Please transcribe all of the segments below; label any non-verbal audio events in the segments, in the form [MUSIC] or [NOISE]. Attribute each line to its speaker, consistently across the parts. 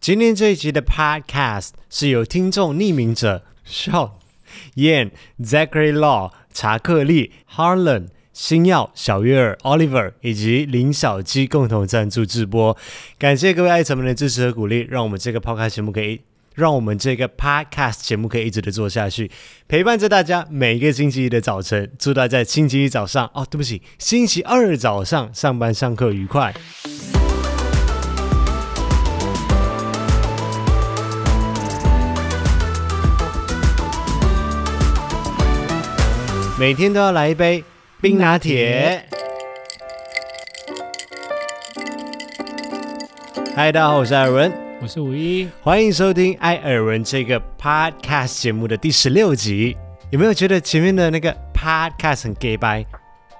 Speaker 1: 今天这一集的 Podcast 是由听众匿名者 Sean、Yan、Zachary Law、查克利、Harlan、星耀、小月儿、Oliver 以及林小鸡共同赞助直播。感谢各位爱臣们的支持和鼓励，让我们这个 Podcast 节目可以。让我们这个 podcast 节目可以一直的做下去，陪伴着大家每一个星期一的早晨。祝大家星期一早上哦，对不起，星期二早上上班上课愉快。每天都要来一杯冰拿铁。嗨，大家好，我是艾尔文。
Speaker 2: 我是五一，
Speaker 1: 欢迎收听艾尔文这个 podcast 节目的第十六集。有没有觉得前面的那个 podcast 很 gay 掰？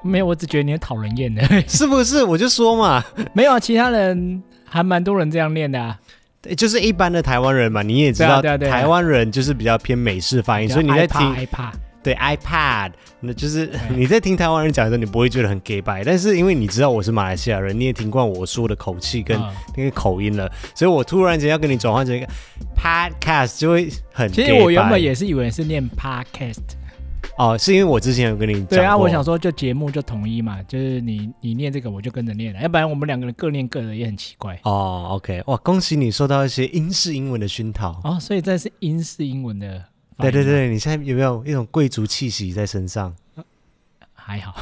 Speaker 2: 没有，我只觉得你很讨人 [LAUGHS] 厌的，
Speaker 1: 是不是？我就说嘛， [LAUGHS]
Speaker 2: 没有啊，其他人还蛮多人这样念的啊，
Speaker 1: 对就是一般的台湾人嘛，你也知道，
Speaker 2: 对啊对啊对啊
Speaker 1: 台湾人就是比较偏美式发音，所以你在听
Speaker 2: 害怕，
Speaker 1: 对 iPad，那就是 [LAUGHS] 你在听台湾人讲的时候，你不会觉得很 gay 掰。但是因为你知道我是马来西亚人，你也听惯我说的口气跟
Speaker 2: 嗯
Speaker 1: 那个口音了，所以我突然间要跟你转换成一个 podcast 就会很 gay
Speaker 2: 其
Speaker 1: 掰。
Speaker 2: 实我原本也是以为是念 podcast，
Speaker 1: 哦，是因为我之前有跟你讲
Speaker 2: 对啊，
Speaker 1: 过
Speaker 2: 我想说就节目就统一嘛，就是你你念这个我就跟着念了，要不然我们两个人各念各的也很奇怪
Speaker 1: 哦，OK，哇，恭喜你受到一些英式英文的熏陶。
Speaker 2: 哦，所以这是英式英文的，啊
Speaker 1: 对对，对，你现在有没有一种贵族气息在身上？
Speaker 2: 还好，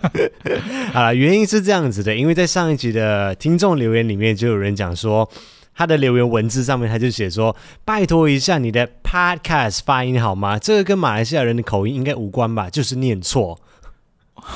Speaker 2: [LAUGHS]
Speaker 1: [LAUGHS] 好了，原因是这样子的，因为在上一集的听众留言里面，就有人讲说，他的留言文字上面他就写说：“拜托一下你的 podcast 发音好吗？这个跟马来西亚人的口音应该无关吧？就是念错。”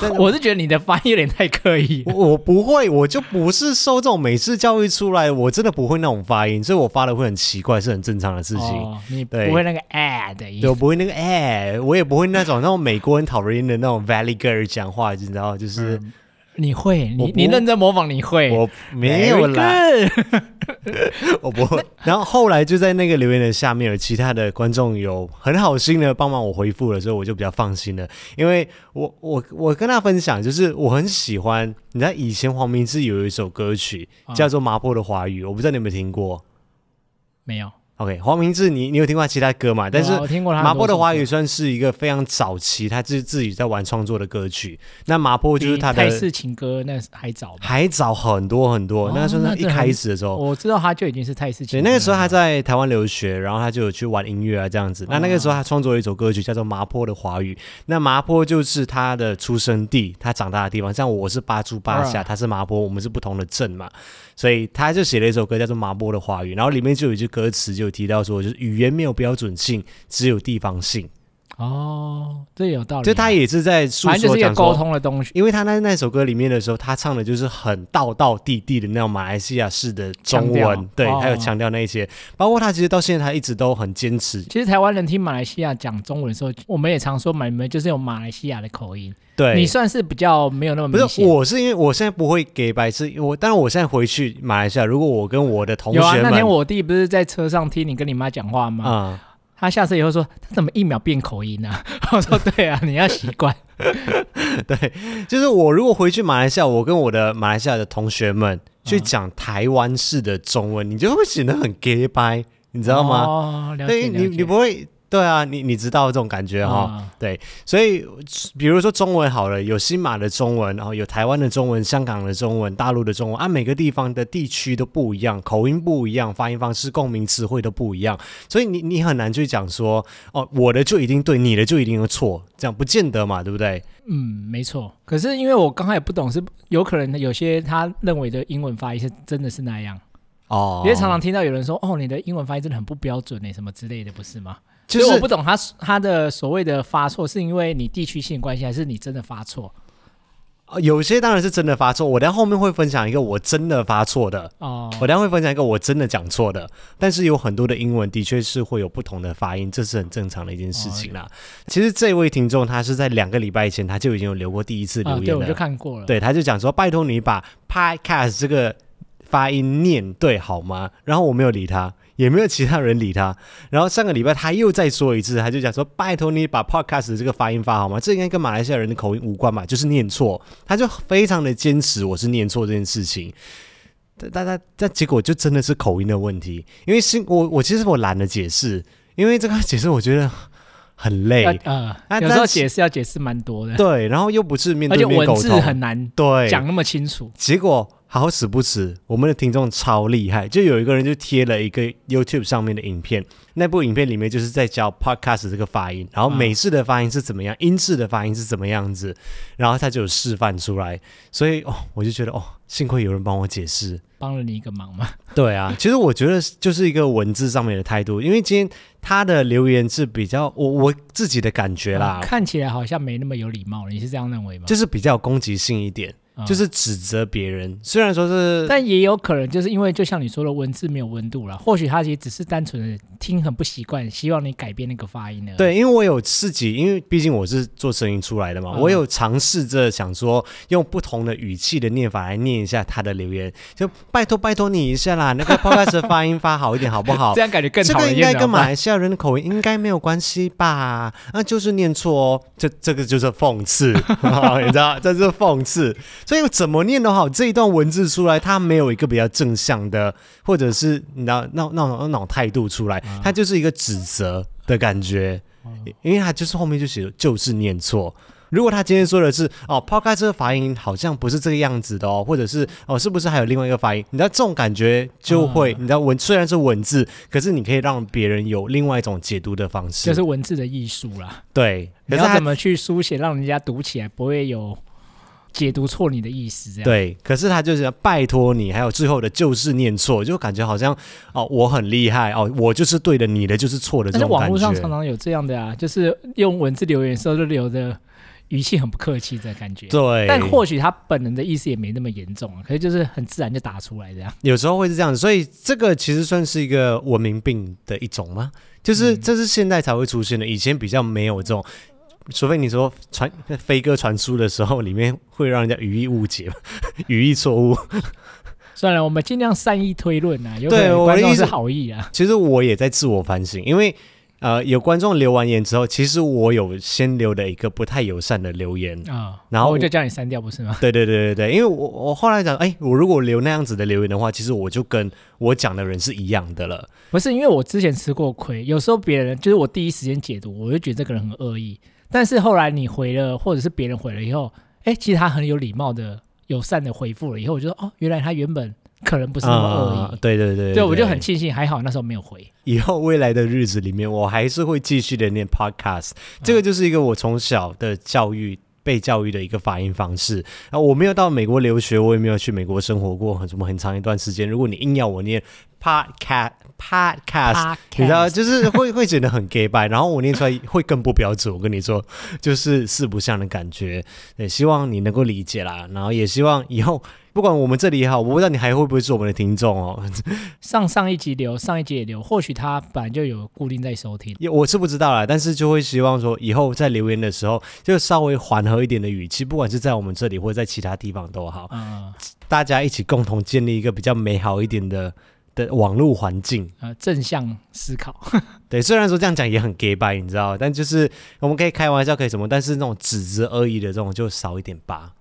Speaker 1: 但
Speaker 2: 我是觉得你的发音有点太刻意了
Speaker 1: 我， [LAUGHS] 我不会，我就不是受这种美式教育出来，我真的不会那种发音，所以我发的会很奇怪，是很正常的事情。
Speaker 2: 哦，你不
Speaker 1: 对
Speaker 2: 会那个 ad 的音
Speaker 1: 对，我不会那个哎、我也不会那种那种美国人讨人厌的那种 Valley girl 讲话，你知道，就是、
Speaker 2: 嗯你会，
Speaker 1: 我
Speaker 2: 你
Speaker 1: 不
Speaker 2: 你认真模仿你会，
Speaker 1: 我没有啦，
Speaker 2: Very good
Speaker 1: 我不会。然后后来就在那个留言的下面，有其他的观众有很好心的帮忙我回复了，所以我就比较放心了。因为我我我跟他分享，就是我很喜欢，你知道以前黄明志有一首歌曲叫做《麻坡的华语》，我不知道你有没有听过。
Speaker 2: 没有。
Speaker 1: OK，黄明志你你有听过他其他歌嘛？但是
Speaker 2: 有啊我听过他很
Speaker 1: 麻坡
Speaker 2: 多
Speaker 1: 的
Speaker 2: 首
Speaker 1: 华
Speaker 2: 歌
Speaker 1: 语算是一个非常早期他自自己在玩创作的歌曲。那麻坡就是
Speaker 2: 比
Speaker 1: 他
Speaker 2: 泰
Speaker 1: 的
Speaker 2: 式情歌那还早吧？
Speaker 1: 还早很多很多，
Speaker 2: 哦
Speaker 1: 那算
Speaker 2: 那
Speaker 1: 是一
Speaker 2: 这很
Speaker 1: 开始的时候。
Speaker 2: 我知道他就已经是泰
Speaker 1: 哦
Speaker 2: 式
Speaker 1: 对，
Speaker 2: 情歌了。
Speaker 1: 那个时候他在台湾留学，然后他就有去玩音乐啊这样子。那那个
Speaker 2: 哦
Speaker 1: 时候他创作了一首歌曲叫做《麻坡的华语》，那麻坡就是他的出生地，他长大的地方。像我是八珠八下，
Speaker 2: 啊
Speaker 1: 他是麻坡，我们是不同的镇嘛，所以他就写了一首歌叫做《麻坡的华语》，然后里面就有一句歌词就有提到说，就是语言没有标准性，只有地方性。
Speaker 2: 哦，这有道理啊。
Speaker 1: 就他也是在诉
Speaker 2: 反正就
Speaker 1: 说
Speaker 2: 是一个
Speaker 1: 讲
Speaker 2: 沟
Speaker 1: 说。
Speaker 2: 通的东西。
Speaker 1: 因为他在那首歌里面的时候，他唱的就是很道道地地的那种马来西亚式的中
Speaker 2: 腔
Speaker 1: 文
Speaker 2: 调，
Speaker 1: 对，
Speaker 2: 哦
Speaker 1: 还有强调那一些，包括他其实到现在他一直都很坚持
Speaker 2: 其实台湾人听马来西亚讲中文的时候，我们也常说嘛，你们就是有马来西亚的口音。
Speaker 1: 对，
Speaker 2: 你算是比较没啊有那么
Speaker 1: 不
Speaker 2: 明
Speaker 1: 是
Speaker 2: 显。
Speaker 1: 我是因为我现在不会给白痴，我当然我现在回去马来西亚，如果我跟我的同学
Speaker 2: 有啊，
Speaker 1: 们
Speaker 2: 那天我弟不是在车上听你跟你妈讲话吗？
Speaker 1: 啊、
Speaker 2: 他下次以后说他怎么一秒变口音啊？ [LAUGHS] 我说对啊，你要习惯。
Speaker 1: 啊 [LAUGHS] 就是我如果回去马来西亚，我跟我的马来西亚的同学们去讲台湾式的中文，你就会显得很 gay 白，你知道吗？
Speaker 2: 哦，了
Speaker 1: 对
Speaker 2: 解了
Speaker 1: 你
Speaker 2: 解。
Speaker 1: 你不会。对啊，你你知道这种感觉哈、
Speaker 2: 啊
Speaker 1: 所以比如说中文好了，有新马的中文，然后有台湾的中文、香港的中文、大陆的中文啊，每个地方的地区都不一样，口音不一样，发音方式、共鸣词汇都不一样，所以你你很难去讲说哦，我的就一定对，你的就一定有错，这样不见得嘛，对不对？
Speaker 2: 嗯，没错。可是因为我刚才也不懂，是有可能有些他认为的英文发音是真的是那样，
Speaker 1: 哦，
Speaker 2: 因为常常听到有人说：“哦，你的英文发音真的很不标准欸呢、什么之类的，不是吗？”
Speaker 1: 就
Speaker 2: 所以我
Speaker 1: 是
Speaker 2: 不懂他他的所谓的发错，是因为你地区性关系，还是你真的发错？
Speaker 1: 呃有些当然是真的发错，我在后面会分享一个我真的发错的。
Speaker 2: 哦，
Speaker 1: 我等一下会分享一个我真的讲错的，但是有很多的英文的确是会有不同的发音，这是很正常的一件事情
Speaker 2: 哦
Speaker 1: 啦。其实这位听众他是在两个礼拜前他就已经有留过第一次
Speaker 2: 啊、
Speaker 1: 留
Speaker 2: 对，
Speaker 1: 言
Speaker 2: 我
Speaker 1: 了，
Speaker 2: 就看过了。
Speaker 1: 对他就讲说拜托你把 podcast 这个发音念对好吗？然后我没有理他。也没有其他人理他，然后上个礼拜他又再说一次，他就讲说：“拜托你把 podcast 的这个发音发好吗？这应该跟马来西亚人的口音无关嘛，就是念错。”他就非常的坚持我是念错这件事情。但但但但结果就真的是口音的问题，因为是我我其实我懒得解释，因为这个解释我觉得很累
Speaker 2: 要，呃
Speaker 1: 那，
Speaker 2: 有时
Speaker 1: 但
Speaker 2: 候
Speaker 1: 是
Speaker 2: 解释要解释蛮多的，
Speaker 1: 对，然后又不是面
Speaker 2: 而且
Speaker 1: 对面
Speaker 2: 文
Speaker 1: 沟
Speaker 2: 字
Speaker 1: 通，
Speaker 2: 很难
Speaker 1: 对，
Speaker 2: 讲那么清楚。
Speaker 1: 结果好死不死，我们的听众超厉害，就有一个人就贴了一个 YouTube 上面的影片，那部影片里面就是在教 podcast 这个发音，然后美式的发音是怎么样，英式的发音是怎么样子，然后他就有示范出来，所以哦，我就觉得哦，幸亏有人帮我解释。
Speaker 2: 帮了你一个忙嘛？
Speaker 1: 对啊，其实我觉得就是一个文字上面的态度，因为今天他的留言是比较我我自己的感觉啦
Speaker 2: 啊，看起来好像没那么有礼貌，你是这样认为吗？
Speaker 1: 就是比较攻击性一点，
Speaker 2: 嗯
Speaker 1: 就是指责别人，虽然说是
Speaker 2: 但也有可能就是因为就像你说的，文字没有温度了，或许他也只是单纯的听很不习惯，希望你改变那个发音的。，
Speaker 1: 对，因为我有自己，因为毕竟我是做声音出来的嘛，
Speaker 2: 嗯
Speaker 1: 我有尝试着想说用不同的语气的念法来念一下他的留言，就拜托拜托你一下啦，那个 podcast 的发音发好一点好不好
Speaker 2: [LAUGHS] 这？样感觉更
Speaker 1: 这
Speaker 2: 讨
Speaker 1: 个
Speaker 2: 人
Speaker 1: 应
Speaker 2: 厌
Speaker 1: 该
Speaker 2: 了。
Speaker 1: 跟马来西亚人的口音应该没有关系吧？啊，就是念错哦，这这个就是讽刺， [LAUGHS] 你知道，这是讽刺。所以怎么念都好，这一段文字出来，它没有一个比较正向的，或者是你知道那那那种那种态度出来，
Speaker 2: 嗯
Speaker 1: 它就是一个指责的感觉，因为它就是后面就写就是念错。如果他今天说的是哦，抛开这个发音好像不是这个样子的哦，或者是哦，是不是还有另外一个发音？你知道这种感觉就会，
Speaker 2: 嗯
Speaker 1: 你知道文虽然是文字，可是你可以让别人有另外一种解读的方式，
Speaker 2: 就是文字的艺术啦，
Speaker 1: 对。可是
Speaker 2: 你要
Speaker 1: 他
Speaker 2: 怎么去书写，让人家读起来不会有解读错你的意思？这样，
Speaker 1: 对，可是他就是拜托你，还有最后的就是念错，就感觉好像哦，我很厉害哦，我就是对的，你的就是错的这
Speaker 2: 但是
Speaker 1: 种
Speaker 2: 网
Speaker 1: 感
Speaker 2: 络上常
Speaker 1: 觉。
Speaker 2: 常有这样的啊，就是用文字留言的时候就留的语气很不客气的感觉。
Speaker 1: 对，
Speaker 2: 但或许他本人的意思也没那么严重啊，可是就是很自然就打出来这样。
Speaker 1: 有时候会是这样，所以这个其实算是一个文明病的一种吗？
Speaker 2: 嗯
Speaker 1: 就是这是现代才会出现的，以前比较没有这种。除非你说传飞鸽传书的时候，里面会让人家语义误解、 [LAUGHS] 语义错误。
Speaker 2: 算了，我们尽量善意推论啊，有可
Speaker 1: 对
Speaker 2: 能
Speaker 1: 我的
Speaker 2: 观众
Speaker 1: 意思
Speaker 2: 是好意啊。
Speaker 1: 其实我也在自我反省，因为呃，有观众留完言之后，其实我有先留了一个不太友善的留言，
Speaker 2: 啊、
Speaker 1: 然后
Speaker 2: 我就叫你删掉，不是吗？ [LAUGHS]
Speaker 1: 对对对对对，因为我我后来讲，哎，我如果留那样子的留言的话，其实我就跟我讲的人是一样的了。
Speaker 2: 不是，因为我之前吃过亏，有时候别人就是我第一时间解读，我就觉得这个人很恶意，但是后来你回了，或者是别人回了以后，哎，其实他很有礼貌的、友善的回复了以后，我就说哦，原来他原本可能不
Speaker 1: 不
Speaker 2: 是那么恶意。
Speaker 1: 对对啊对对
Speaker 2: 对，我就很庆幸，还好那时候没有回。
Speaker 1: 以后未来的日子里面，我还是会继续的念 podcast。这个就是一个我从小的教育。被教育的一个发音方式啊，我没有到美国留学，我也没有去美国生活过很什么很长一段时间。如果你硬要我念 podcast podcast，
Speaker 2: Podcast
Speaker 1: 啊你知道，就是会会觉得很 gay 白，然后我念出来会更不标准。我跟你说，就是四不像的感觉。也希望你能够理解啦，然后也希望以后不管我们这里也好，我不知道你还会不会是我们的听众哦，
Speaker 2: 上上一集留，上一集也留，或许他本来就有固定在收听。
Speaker 1: 也我是不知道啦，但是就会希望说以后在留言的时候，就稍微缓和一点的语气，不管是在我们这里或者在其他地方都好，
Speaker 2: 嗯
Speaker 1: 大家一起共同建立一个比较美好一点的的网络环境。
Speaker 2: 呃，正向思考。 [LAUGHS]
Speaker 1: 对，虽然说这样讲也很 gay 白，你知道，但就是我们可以开玩笑，可以什么，但是那种指责恶意的这种就少一点吧。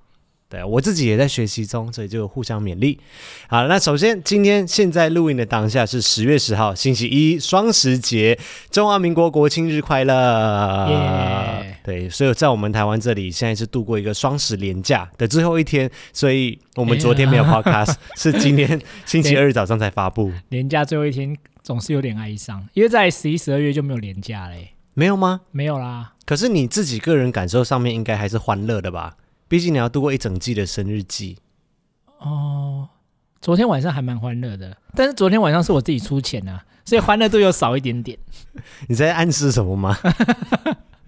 Speaker 1: 对我自己也在学习中，所以就互相勉励。好，那首先今天现在录音的当下是十月十号，星期一，双十节，中华民国国庆日快乐！
Speaker 2: 耶
Speaker 1: 对，所以在我们台湾这里，现在是度过一个双十连假的最后一天，所以我们昨天没有 podcast，、是今天星期二早上才发布，
Speaker 2: 年假最后一天总是有点哀伤，因为在十一、十二月就没有年假嘞，
Speaker 1: 没有吗？
Speaker 2: 没有啦。
Speaker 1: 可是你自己个人感受上面应该还是欢乐的吧？毕竟你要度过一整季的生日季。
Speaker 2: 哦，昨天晚上还蛮欢乐的，但是昨天晚上是我自己出钱啊，所以欢乐度又少一点
Speaker 1: [LAUGHS]
Speaker 2: 点，
Speaker 1: 你在暗示什么吗？ [LAUGHS]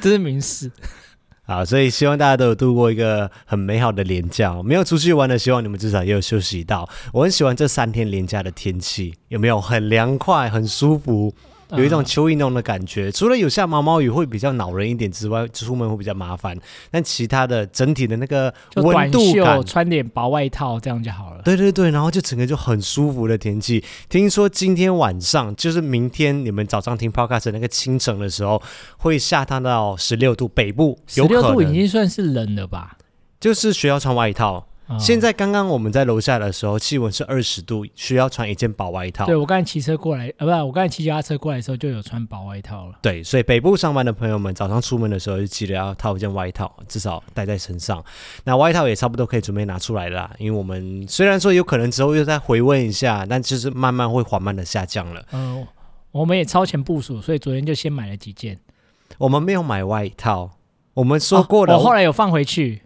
Speaker 2: 这是明示。
Speaker 1: 好，所以希望大家都有度过一个很美好的连假哦。没有出去玩的，希望你们至少也有休息到。我很喜欢这三天连假的天气，有没有很凉快、很舒服，
Speaker 2: 嗯
Speaker 1: 有一种秋意浓的感觉。除了有下毛毛雨会比较恼人一点之外，出门会比较麻烦，但其他的整体的那个
Speaker 2: 就
Speaker 1: 温
Speaker 2: 短
Speaker 1: 度感
Speaker 2: 袖，穿点薄外套，这样就好了。
Speaker 1: 对对对，然后就整个就很舒服的天气。听说今天晚上，就是明天你们早上听 podcast 的那个清晨的时候，会下探到十六度，北部
Speaker 2: 十
Speaker 1: 有
Speaker 2: 六
Speaker 1: 可
Speaker 2: 度已
Speaker 1: 能
Speaker 2: 经算是冷了吧？
Speaker 1: 就是需要穿外套。
Speaker 2: 啊
Speaker 1: 现在刚刚我们在楼下的时候，气温是二十度，需要穿一件薄外套。
Speaker 2: 对我刚才骑车过来，呃，不是，我刚才骑脚踏车过来的时候就有穿薄外套了。
Speaker 1: 对，所以北部上班的朋友们，早上出门的时候就记得要套一件外套，至少带在身上。那外套也差不多可以准备拿出来了啦，因为我们虽然说有可能之后又再回温一下，但就是慢慢会缓慢的下降了。
Speaker 2: 嗯、我们也超前部署，所以昨天就先买了几件。
Speaker 1: 我们没有买外套，我们说过
Speaker 2: 哦
Speaker 1: 了，
Speaker 2: 我后来有放回去。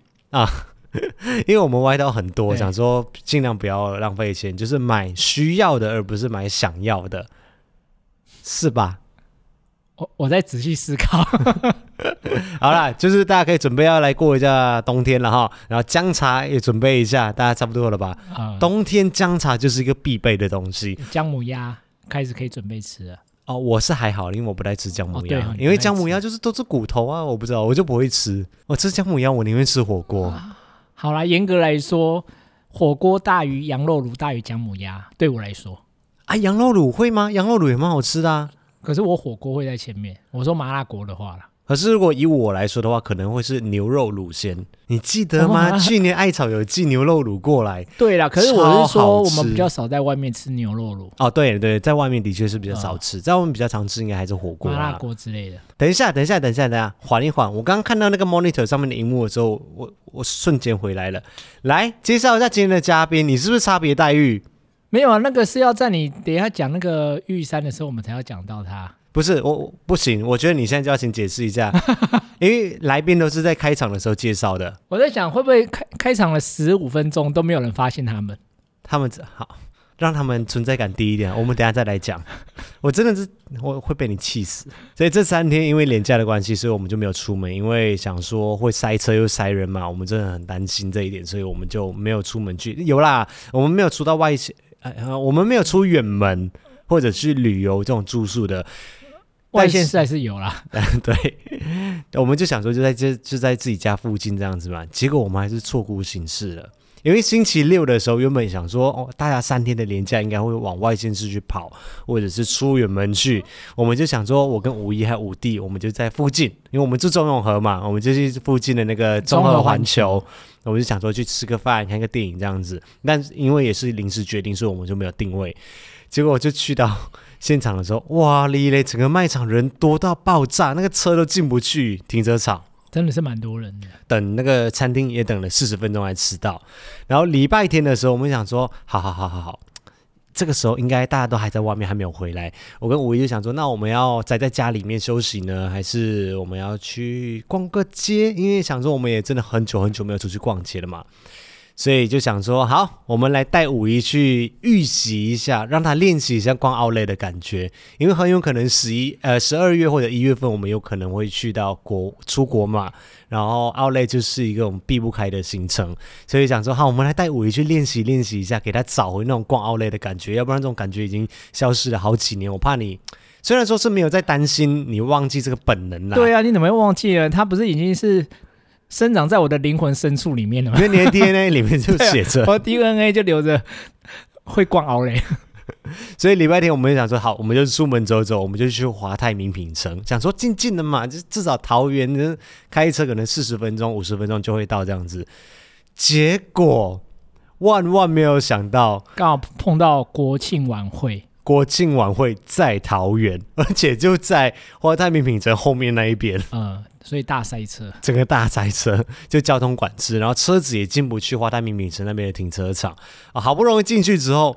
Speaker 1: 因为我们外套很多，
Speaker 2: 对
Speaker 1: 想说尽量不要浪费钱，就是买需要的，而不是买想要的，是吧？
Speaker 2: 我我在仔细思考，
Speaker 1: 好
Speaker 2: [LAUGHS]
Speaker 1: 啦，就是大家可以准备要来过一下冬天了哈，然后姜茶也准备一下，大家差不多了吧？[LAUGHS]
Speaker 2: 呃，
Speaker 1: 冬天姜茶就是一个必备的东西
Speaker 2: 姜母鸭开始可以准备吃了。
Speaker 1: 哦。我是还好，因为我不太吃姜母
Speaker 2: 哦对
Speaker 1: 鸭，
Speaker 2: 哦你不
Speaker 1: 因为
Speaker 2: 太
Speaker 1: 姜母
Speaker 2: 吃
Speaker 1: 鸭就是都是骨头啊，我不知道，我就不会吃。我吃姜母鸭，我宁愿吃火锅。
Speaker 2: 啊好啦，严格来说，火锅大于羊肉炉大于姜母鸭，对我来说。
Speaker 1: 啊，羊肉卤会吗？羊肉卤也蛮好吃的啊。
Speaker 2: 可是我火锅会在前面。我说麻辣锅的话啦，
Speaker 1: 可是如果以我来说的话，可能会是牛肉卤先。你记得吗？
Speaker 2: 哇
Speaker 1: 去年艾草有寄牛肉卤过
Speaker 2: [LAUGHS]
Speaker 1: 来。
Speaker 2: 对啦，可是我是
Speaker 1: 超好
Speaker 2: 说我们
Speaker 1: 吃
Speaker 2: 比较少在外面吃牛肉炉、
Speaker 1: 哦，对对，在外面的确是比较少吃，在我们比较常吃应该还是火锅
Speaker 2: 麻
Speaker 1: 啦
Speaker 2: 辣。锅啊之类的。
Speaker 1: 等一下，等一下，等一下，等一下，缓一缓。我刚刚看到那个 monitor 上面的荧幕的时候，我我瞬间回来了。来介绍一下今天的嘉宾，你是不是差别待遇？
Speaker 2: 没有啊，那个是要在你等一下讲那个玉山的时候，我们才要讲到它。
Speaker 1: 不是我我不行，我觉得你现在就要请解释一
Speaker 2: [LAUGHS]
Speaker 1: 下，因为来宾都是在开场的时候介绍的，
Speaker 2: 我在想会不会开开场了十五分钟都没有人发现他们。
Speaker 1: 他们只好让他们存在感低一点，我们等一下再来讲。 [LAUGHS] 我真的是我会被你气死，所以这三天因为廉价的关系，所以我们就没有出门，因为想说会塞车又塞人嘛，我们真的很担心这一点，所以我们就没有出门去。有啦，我们没有出到外，呃，呃我们没有出远门或者去旅游这种住宿的，但
Speaker 2: 外
Speaker 1: 是
Speaker 2: 线是还是有啦，
Speaker 1: [LAUGHS] 对，我们就想说就在这就在自己家附近这样子嘛，结果我们还是错估形势了。因为星期六的时候，原本想说哦，大家三天的连假应该会往外县市去跑，或者是出远门去。我们就想说，我跟五一还有五弟，我们就在附近，因为我们住中永和嘛，我们就去附近的那个中和环球。我们就想说去吃个饭、看个电影这样子，但是因为也是临时决定，所以我们就没有定位。结果我就去到现场的时候，哇哩嘞，整个卖场人多到爆炸，那个车都进不去停车场。
Speaker 2: 真的是蛮多人的。
Speaker 1: 等那个餐厅也等了四十分钟才吃到，然后礼拜天的时候，我们想说，好好好好好，这个时候应该大家都还在外面，还没有回来。我跟五一就想说，那我们要宅在家里面休息呢，还是我们要去逛个街？因为想说我们也真的很久很久没有出去逛街了嘛，所以就想说，好，我们来带五一去预习一下，让他练习一下逛 Outlet 的感觉，因为很有可能十一呃十二月或者一月份，我们有可能会去到国出国嘛，然后 Outlet 就是一个我们避不开的行程，所以想说，好，我们来带五一去练习练习一下，给他找回那种逛 Outlet 的感觉，要不然这种感觉已经消失了好几年，我怕你。虽然说是没有在担心你忘记这个本能啦，
Speaker 2: 对啊，你怎么会忘记了？它不是已经是生长在我的灵魂深处里面了吗
Speaker 1: 因？为你的 DNA 里面就
Speaker 2: [LAUGHS] 对啊
Speaker 1: 写着，
Speaker 2: 我 DNA 就留着会逛奥雷。
Speaker 1: 所以礼拜天我们就想说，好，我们就出门走走，我们就去华泰名品城，想说近近的嘛，就至少桃园就是开车可能四十分钟、五十分钟就会到这样子。结果万万没有想到，
Speaker 2: [LAUGHS] 刚好碰到国庆晚会，
Speaker 1: 国庆晚会在桃园，而且就在华泰名品城后面那一边，
Speaker 2: 呃，所以大塞车。
Speaker 1: 整个大塞车，就交通管制，然后车子也进不去华泰名品城那边的停车场啊。好不容易进去之后，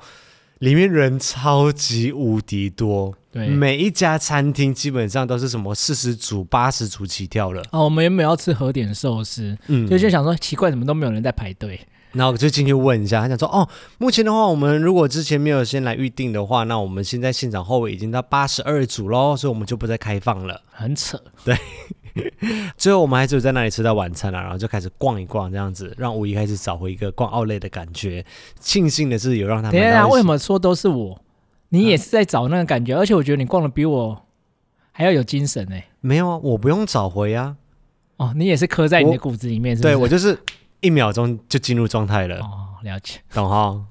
Speaker 1: 里面人超级无敌多，
Speaker 2: 对，
Speaker 1: 每一家餐厅基本上都是什么四十组、八十组起跳了，
Speaker 2: 哦，我们原本要吃和点寿司，
Speaker 1: 嗯
Speaker 2: 就就想说奇怪，怎么都没有人在排队？
Speaker 1: 然后我就进去问一下，他讲说，哦，目前的话，我们如果之前没有先来预定的话，那我们现在现场后尾已经到八十二组喽，所以我们就不再开放了。
Speaker 2: 很扯。
Speaker 1: 最后我们还是有在那里吃到晚餐啊了、然后就开始逛一逛，这样子让五一开始找回一个逛奥莱的感觉。庆幸的是有让他
Speaker 2: 等一
Speaker 1: 们
Speaker 2: 下，啊为什
Speaker 1: 么
Speaker 2: 么说都是我？你也是
Speaker 1: 啊
Speaker 2: 在找那个感觉，而且我觉得你逛的比我还要有精神哎、
Speaker 1: 没有啊？我不用找回啊，
Speaker 2: 哦，你也是刻在你
Speaker 1: 我
Speaker 2: 的骨子里面，是不
Speaker 1: 对
Speaker 2: 是？
Speaker 1: 我就是一秒钟就进入状态了。
Speaker 2: 哦，了解。
Speaker 1: 懂哈？